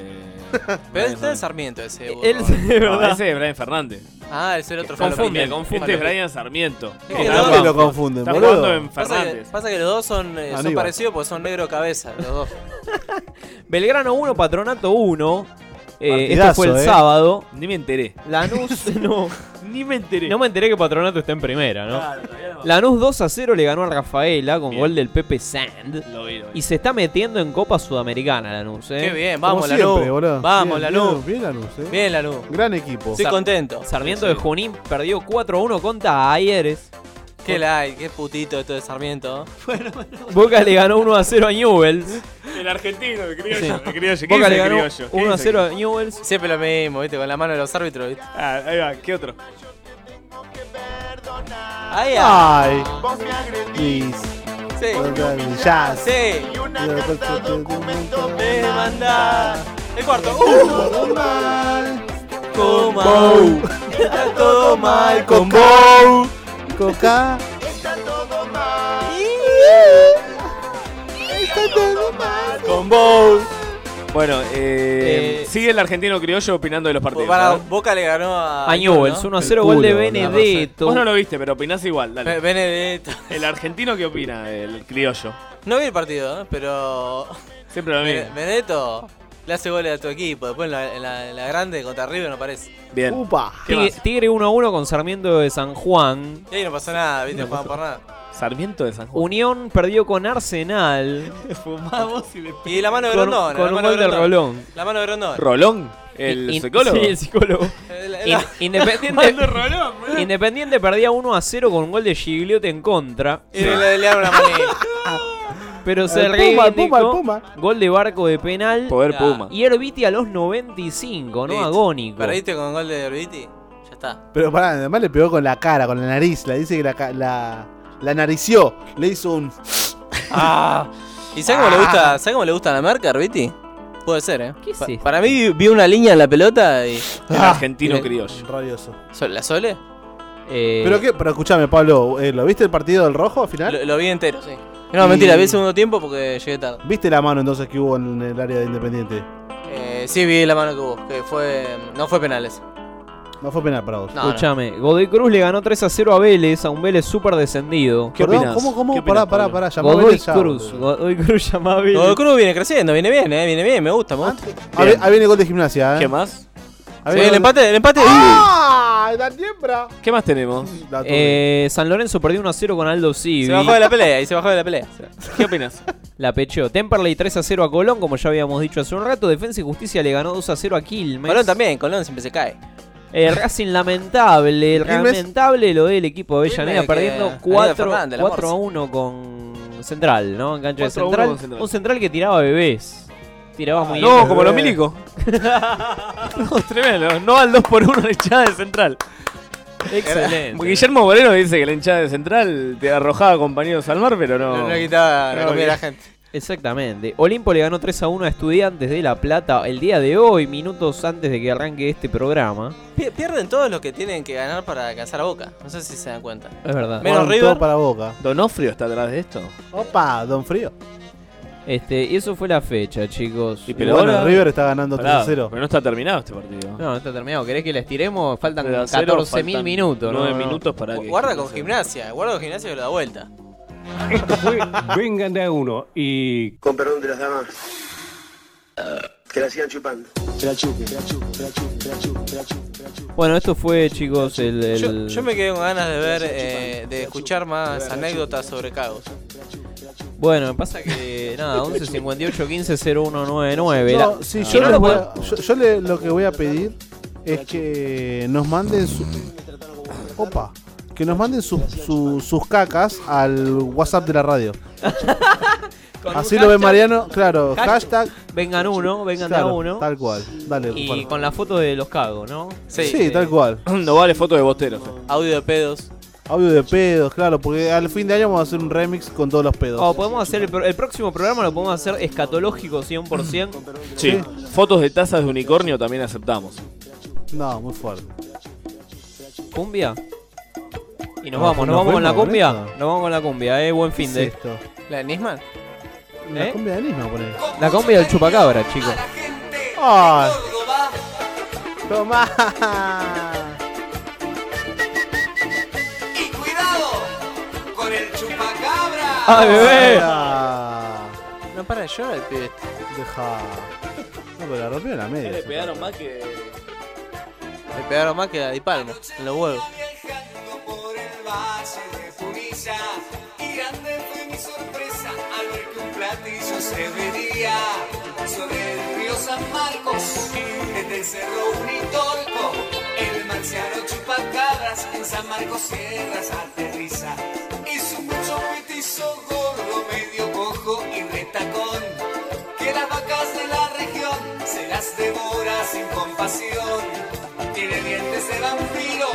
S6: Pero está en Sarmiento ese. burro.
S7: Él- es
S8: No,
S7: verdad.
S8: ese es Brian Fernández.
S6: Ah, ese era otro
S8: Confunde,
S6: Falopiña.
S8: confunde. Este es Brian Sarmiento.
S6: Es
S8: Está
S6: los dos-
S8: jugando- Está jugando en
S6: Pasa que-
S8: Fernández.
S6: Pasa que los dos son, eh, son
S7: Aníbal.
S6: parecidos porque son negro cabeza, los dos.
S7: Belgrano 1, Patronato 1. Eh, este
S6: Partidazo,
S7: fue el
S6: eh.
S7: sábado.
S8: Ni me enteré.
S7: Lanús, no.
S8: Ni me enteré.
S7: No me enteré que Patronato está en primera, ¿no?
S8: Claro, todavía no.
S7: Lanús 2 a 0 le ganó a Rafaela con gol del Pepe Sand.
S8: Lo vi, lo vi.
S7: Y se está metiendo en Copa Sudamericana Lanús, ¿eh?
S6: Qué bien, vamos la luz. Vamos la luz.
S9: eh.
S6: Bien la luz.
S9: Gran equipo.
S6: Estoy
S7: Sar-
S6: contento.
S7: Sarmiento de Junín perdió 4 a 1 contra Ayeres.
S6: Qué like, qué putito esto de Sarmiento.
S7: Boca le ganó 1 a 0 a Newell's.
S8: El argentino, el criollo.
S6: Sí.
S8: El criollo. ¿Qué
S6: Boca
S8: hizo
S6: le
S8: el
S6: ganó
S8: criollo? ¿Qué
S6: 1 a
S8: hizo?
S6: 0
S7: a Newell's.
S6: Siempre lo mismo, viste, con la mano de los árbitros, viste.
S8: Ah, ahí va, ¿qué otro?
S6: Ay,
S9: Ay.
S6: Vos me
S9: Luis.
S6: Sí.
S9: Ya.
S6: Sí.
S9: Y una carta documento
S6: me mandás. El cuarto. ¡Uh! Todo mal. Coma. Está todo mal.
S9: Con
S6: Combo.
S9: Bow. Coca.
S8: Con Bowl. Bueno, eh, sigue el argentino criollo opinando de los partidos.
S6: Para,
S8: ¿no?
S6: Boca le ganó a.
S7: A Newell's 1 a 0 gol de Benedetto.
S8: Vos no lo viste, pero opinás igual, dale.
S6: Be- Benedetto.
S8: El argentino, ¿qué opina del criollo?
S6: No vi el partido, ¿no? pero.
S8: Siempre lo
S6: Bene-
S8: mismo.
S6: Benedetto le hace goles a tu equipo. Después en la, en la- en la grande contra River no parece.
S8: Bien. ¿Qué
S7: Tigre, Tigre 1 a 1 con Sarmiento de San Juan.
S6: Y ahí no pasó nada, viste, no jugaban por nada.
S8: Sarmiento de San Juan.
S7: Unión perdió con Arsenal.
S8: Fumamos y le
S6: Y la mano de
S7: Con-
S6: Grondona.
S7: con
S6: la
S7: un
S6: mano
S7: gol de Rolón.
S6: La mano de Grondona.
S8: ¿Rolón? ¿El
S7: In-
S8: psicólogo?
S7: Sí, el psicólogo.
S6: la-
S7: In-
S6: la-
S7: Independiente,
S6: Mando Rolón, boludo.
S7: Independiente perdía 1 a 0 con un gol de Gigliotti en contra.
S6: Y le, le dan una manita.
S7: Pero se
S6: Al Puma, al Puma, al
S7: reivindicó. Gol de barco de penal. Ah,
S8: Poder Puma.
S7: Y Erviti a los 95, ¿no?
S6: Listo.
S7: Agónico.
S6: Perdiste con gol de Orbiti. Ya está.
S9: Pero pará, además le pegó con la cara, con la nariz. Le dice que la, ca- la, la narició. Le hizo un.
S7: Ah.
S6: ¿Y sabe cómo, le gusta, sabe cómo le gusta la marca, Arbiti? Puede ser, ¿eh?
S7: ¿Qué es
S6: Pa-
S7: esto? Ah.
S6: Para mí vi una línea en la pelota y.
S8: El
S9: Ah,
S8: argentino criollo.
S9: Radioso.
S6: ¿Sol- ¿La Sole?
S7: Eh,
S9: Pero qué, pero escuchame, Pablo, eh, ¿lo viste el partido del rojo al final?
S6: Lo, lo vi entero, sí. No,
S9: Y-
S6: mentira, vi el segundo tiempo porque llegué tarde.
S9: ¿Viste la mano entonces que hubo en el área de Independiente?
S6: Eh, sí, vi la mano que hubo, que fue. No fue penales.
S9: No fue penal para vos.
S6: No,
S7: Escúchame, Godoy Cruz le ganó 3 a 0 a Vélez, a un Vélez súper descendido.
S9: Perdón, ¿Cómo, cómo? pará, pará, pará, llamó a
S7: Godoy
S9: Vélez ya,
S7: Cruz, Godoy Cruz llama a Vélez.
S6: Godoy Cruz viene creciendo, viene bien, eh, viene bien, me gusta, me gusta.
S9: Ahí, vi- ahí viene el gol de gimnasia, ¿eh?
S8: ¿Qué más?
S9: Ahí
S6: Sí,
S9: viene
S6: el
S9: gol de-
S6: empate, el empate.
S9: ¡Ah! ¡La tiembra!
S8: ¿Qué más tenemos?
S7: Eh, San Lorenzo perdió 1 a 0 con Aldo Civi.
S6: Se bajó de la pelea y se bajó de la pelea.
S8: ¿Qué opinas?
S7: La pechó. Temperley 3 a 0 a Colón, como ya habíamos dicho hace un rato. Defensa y Justicia le ganó 2 a 0 a Quilmes.
S6: Colón también, Colón siempre se cae.
S7: Eh, Racing lamentable, el
S6: Quilmes.
S7: lamentable lo del equipo de Avellaneda
S6: que-
S7: perdiendo
S6: Aníbal
S7: 4,
S6: Fernández, la
S7: 4 a
S6: morsa.
S7: 1 con Central, ¿no? En cancha de
S6: 4 a 1
S7: Central.
S6: con Central.
S7: Un Central que tiraba bebés. Tiraba muy
S8: Ah, no, como los milicos. no, tremendo. No al 2 por 1 la hinchada de Central.
S7: Excelente.
S8: Guillermo Moreno dice que la hinchada de Central te arrojaba a compañeros al mar, pero no.
S6: No, no quitaba la
S8: No,
S6: comida a la
S8: que-
S6: gente.
S7: Exactamente. Olimpo le ganó 3 a 1 a Estudiantes de La Plata el día de hoy, minutos antes de que arranque este programa.
S6: Pi- Pierden todos los que tienen que ganar para alcanzar a Boca. No sé si se dan cuenta.
S7: Es verdad.
S6: Menos
S9: Todo
S6: River.
S9: para Boca.
S8: Donofrio está atrás de esto.
S9: Opa, Don Frío.
S7: Este, y eso fue la fecha, chicos.
S9: Y pero bueno, ahora- River está ganando
S8: Pará,
S9: 3 a 0.
S8: Pero no está terminado este partido.
S7: No, no está terminado. ¿Querés que la estiremos? Faltan
S8: Pero a cero
S7: 14.000
S8: faltan
S7: minutos. ¿no?
S8: nueve
S7: No, no.
S8: minutos para que.
S6: Guarda con gimnasia, guarda con gimnasia que lo da vuelta.
S15: Vengan de a uno y.
S28: Con perdón de las damas. Que la sigan chupando. Que la chupen, que la chupen, que la chupen, que la chupen, que la chupen.
S7: Bueno, esto fue, chicos, el... el-
S6: Yo, yo me quedé con ganas de ver, eh, de escuchar más anécdotas sobre cagos.
S7: Bueno, pasa que, nada, 11 58 15 0199.
S9: No,
S7: La-
S9: sí,
S7: que
S9: yo,
S7: Ah, no
S9: les
S7: lo
S9: voy
S7: puedo-
S9: a- yo- yo le- lo que voy a pedir es que nos manden su- Opa. Que nos manden su- su- sus cacas al WhatsApp de la radio.
S7: Con un
S9: Así lo ve
S7: hashtag-
S9: Mariano, claro, hashtag
S7: Vengan uno, vengan de a
S9: Claro,
S7: uno.
S9: Tal cual, dale.
S7: Y
S9: Juan.
S7: con la foto de los cagos, ¿no?
S9: Sí, tal cual.
S8: No vale foto de bosteros. eh.
S6: Audio de pedos.
S9: Audio de pedos, claro, porque al fin de año vamos a hacer un remix con todos los pedos.
S8: Oh.
S7: O Oh, podemos hacer el, pro- el próximo programa, lo podemos hacer escatológico 100%.
S8: Mm. Sí. Fotos de tazas de unicornio también aceptamos.
S9: No, muy fuerte.
S7: ¿Cumbia? Y nos
S13: No,
S7: vamos,
S13: no
S7: nos vamos con la
S13: fuimos,
S7: cumbia.
S13: Ernesto.
S7: Nos vamos con la cumbia, eh, buen fin de.
S9: esto?
S6: ¿La de Nisman?
S9: La
S8: ¿Eh?
S9: cumbia de Nisman, por ahí.
S7: La cumbia del chupacabra, chicos.
S9: Ah,
S1: Tomá.
S19: Y cuidado con el chupacabra.
S6: ¡Ay, bebé!
S9: No para de llorar el pibe. Deja. No, pero la rompió en la media.
S8: Le pegaron más que.
S6: Le pegaron más que a Di Palma, en los huevos.
S19: Valle de Punilla y grande fue mi sorpresa al ver que un platillo se vería sobre el río San Marcos desde el cerro Unitorco el marciano chupacabras en San Marcos Sierras aterriza y su mucho petizo gordo medio cojo y de tacón que las vacas de la región se las devora sin compasión tiene dientes de vampiro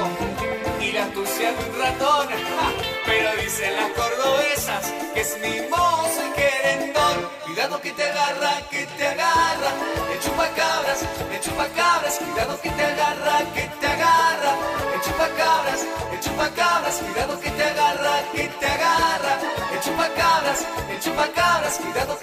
S19: y la astucia de un ratón. ¡ja! Pero dicen las cordobesas que es mimoso y querendón. Cuidado que te agarra, que te agarra. El chupacabras, el chupacabras. Cuidado que te agarra, que te agarra. El chupacabras, el chupacabras. Cuidado que te agarra, que te agarra. El chupacabras, el chupacabras. Cuidado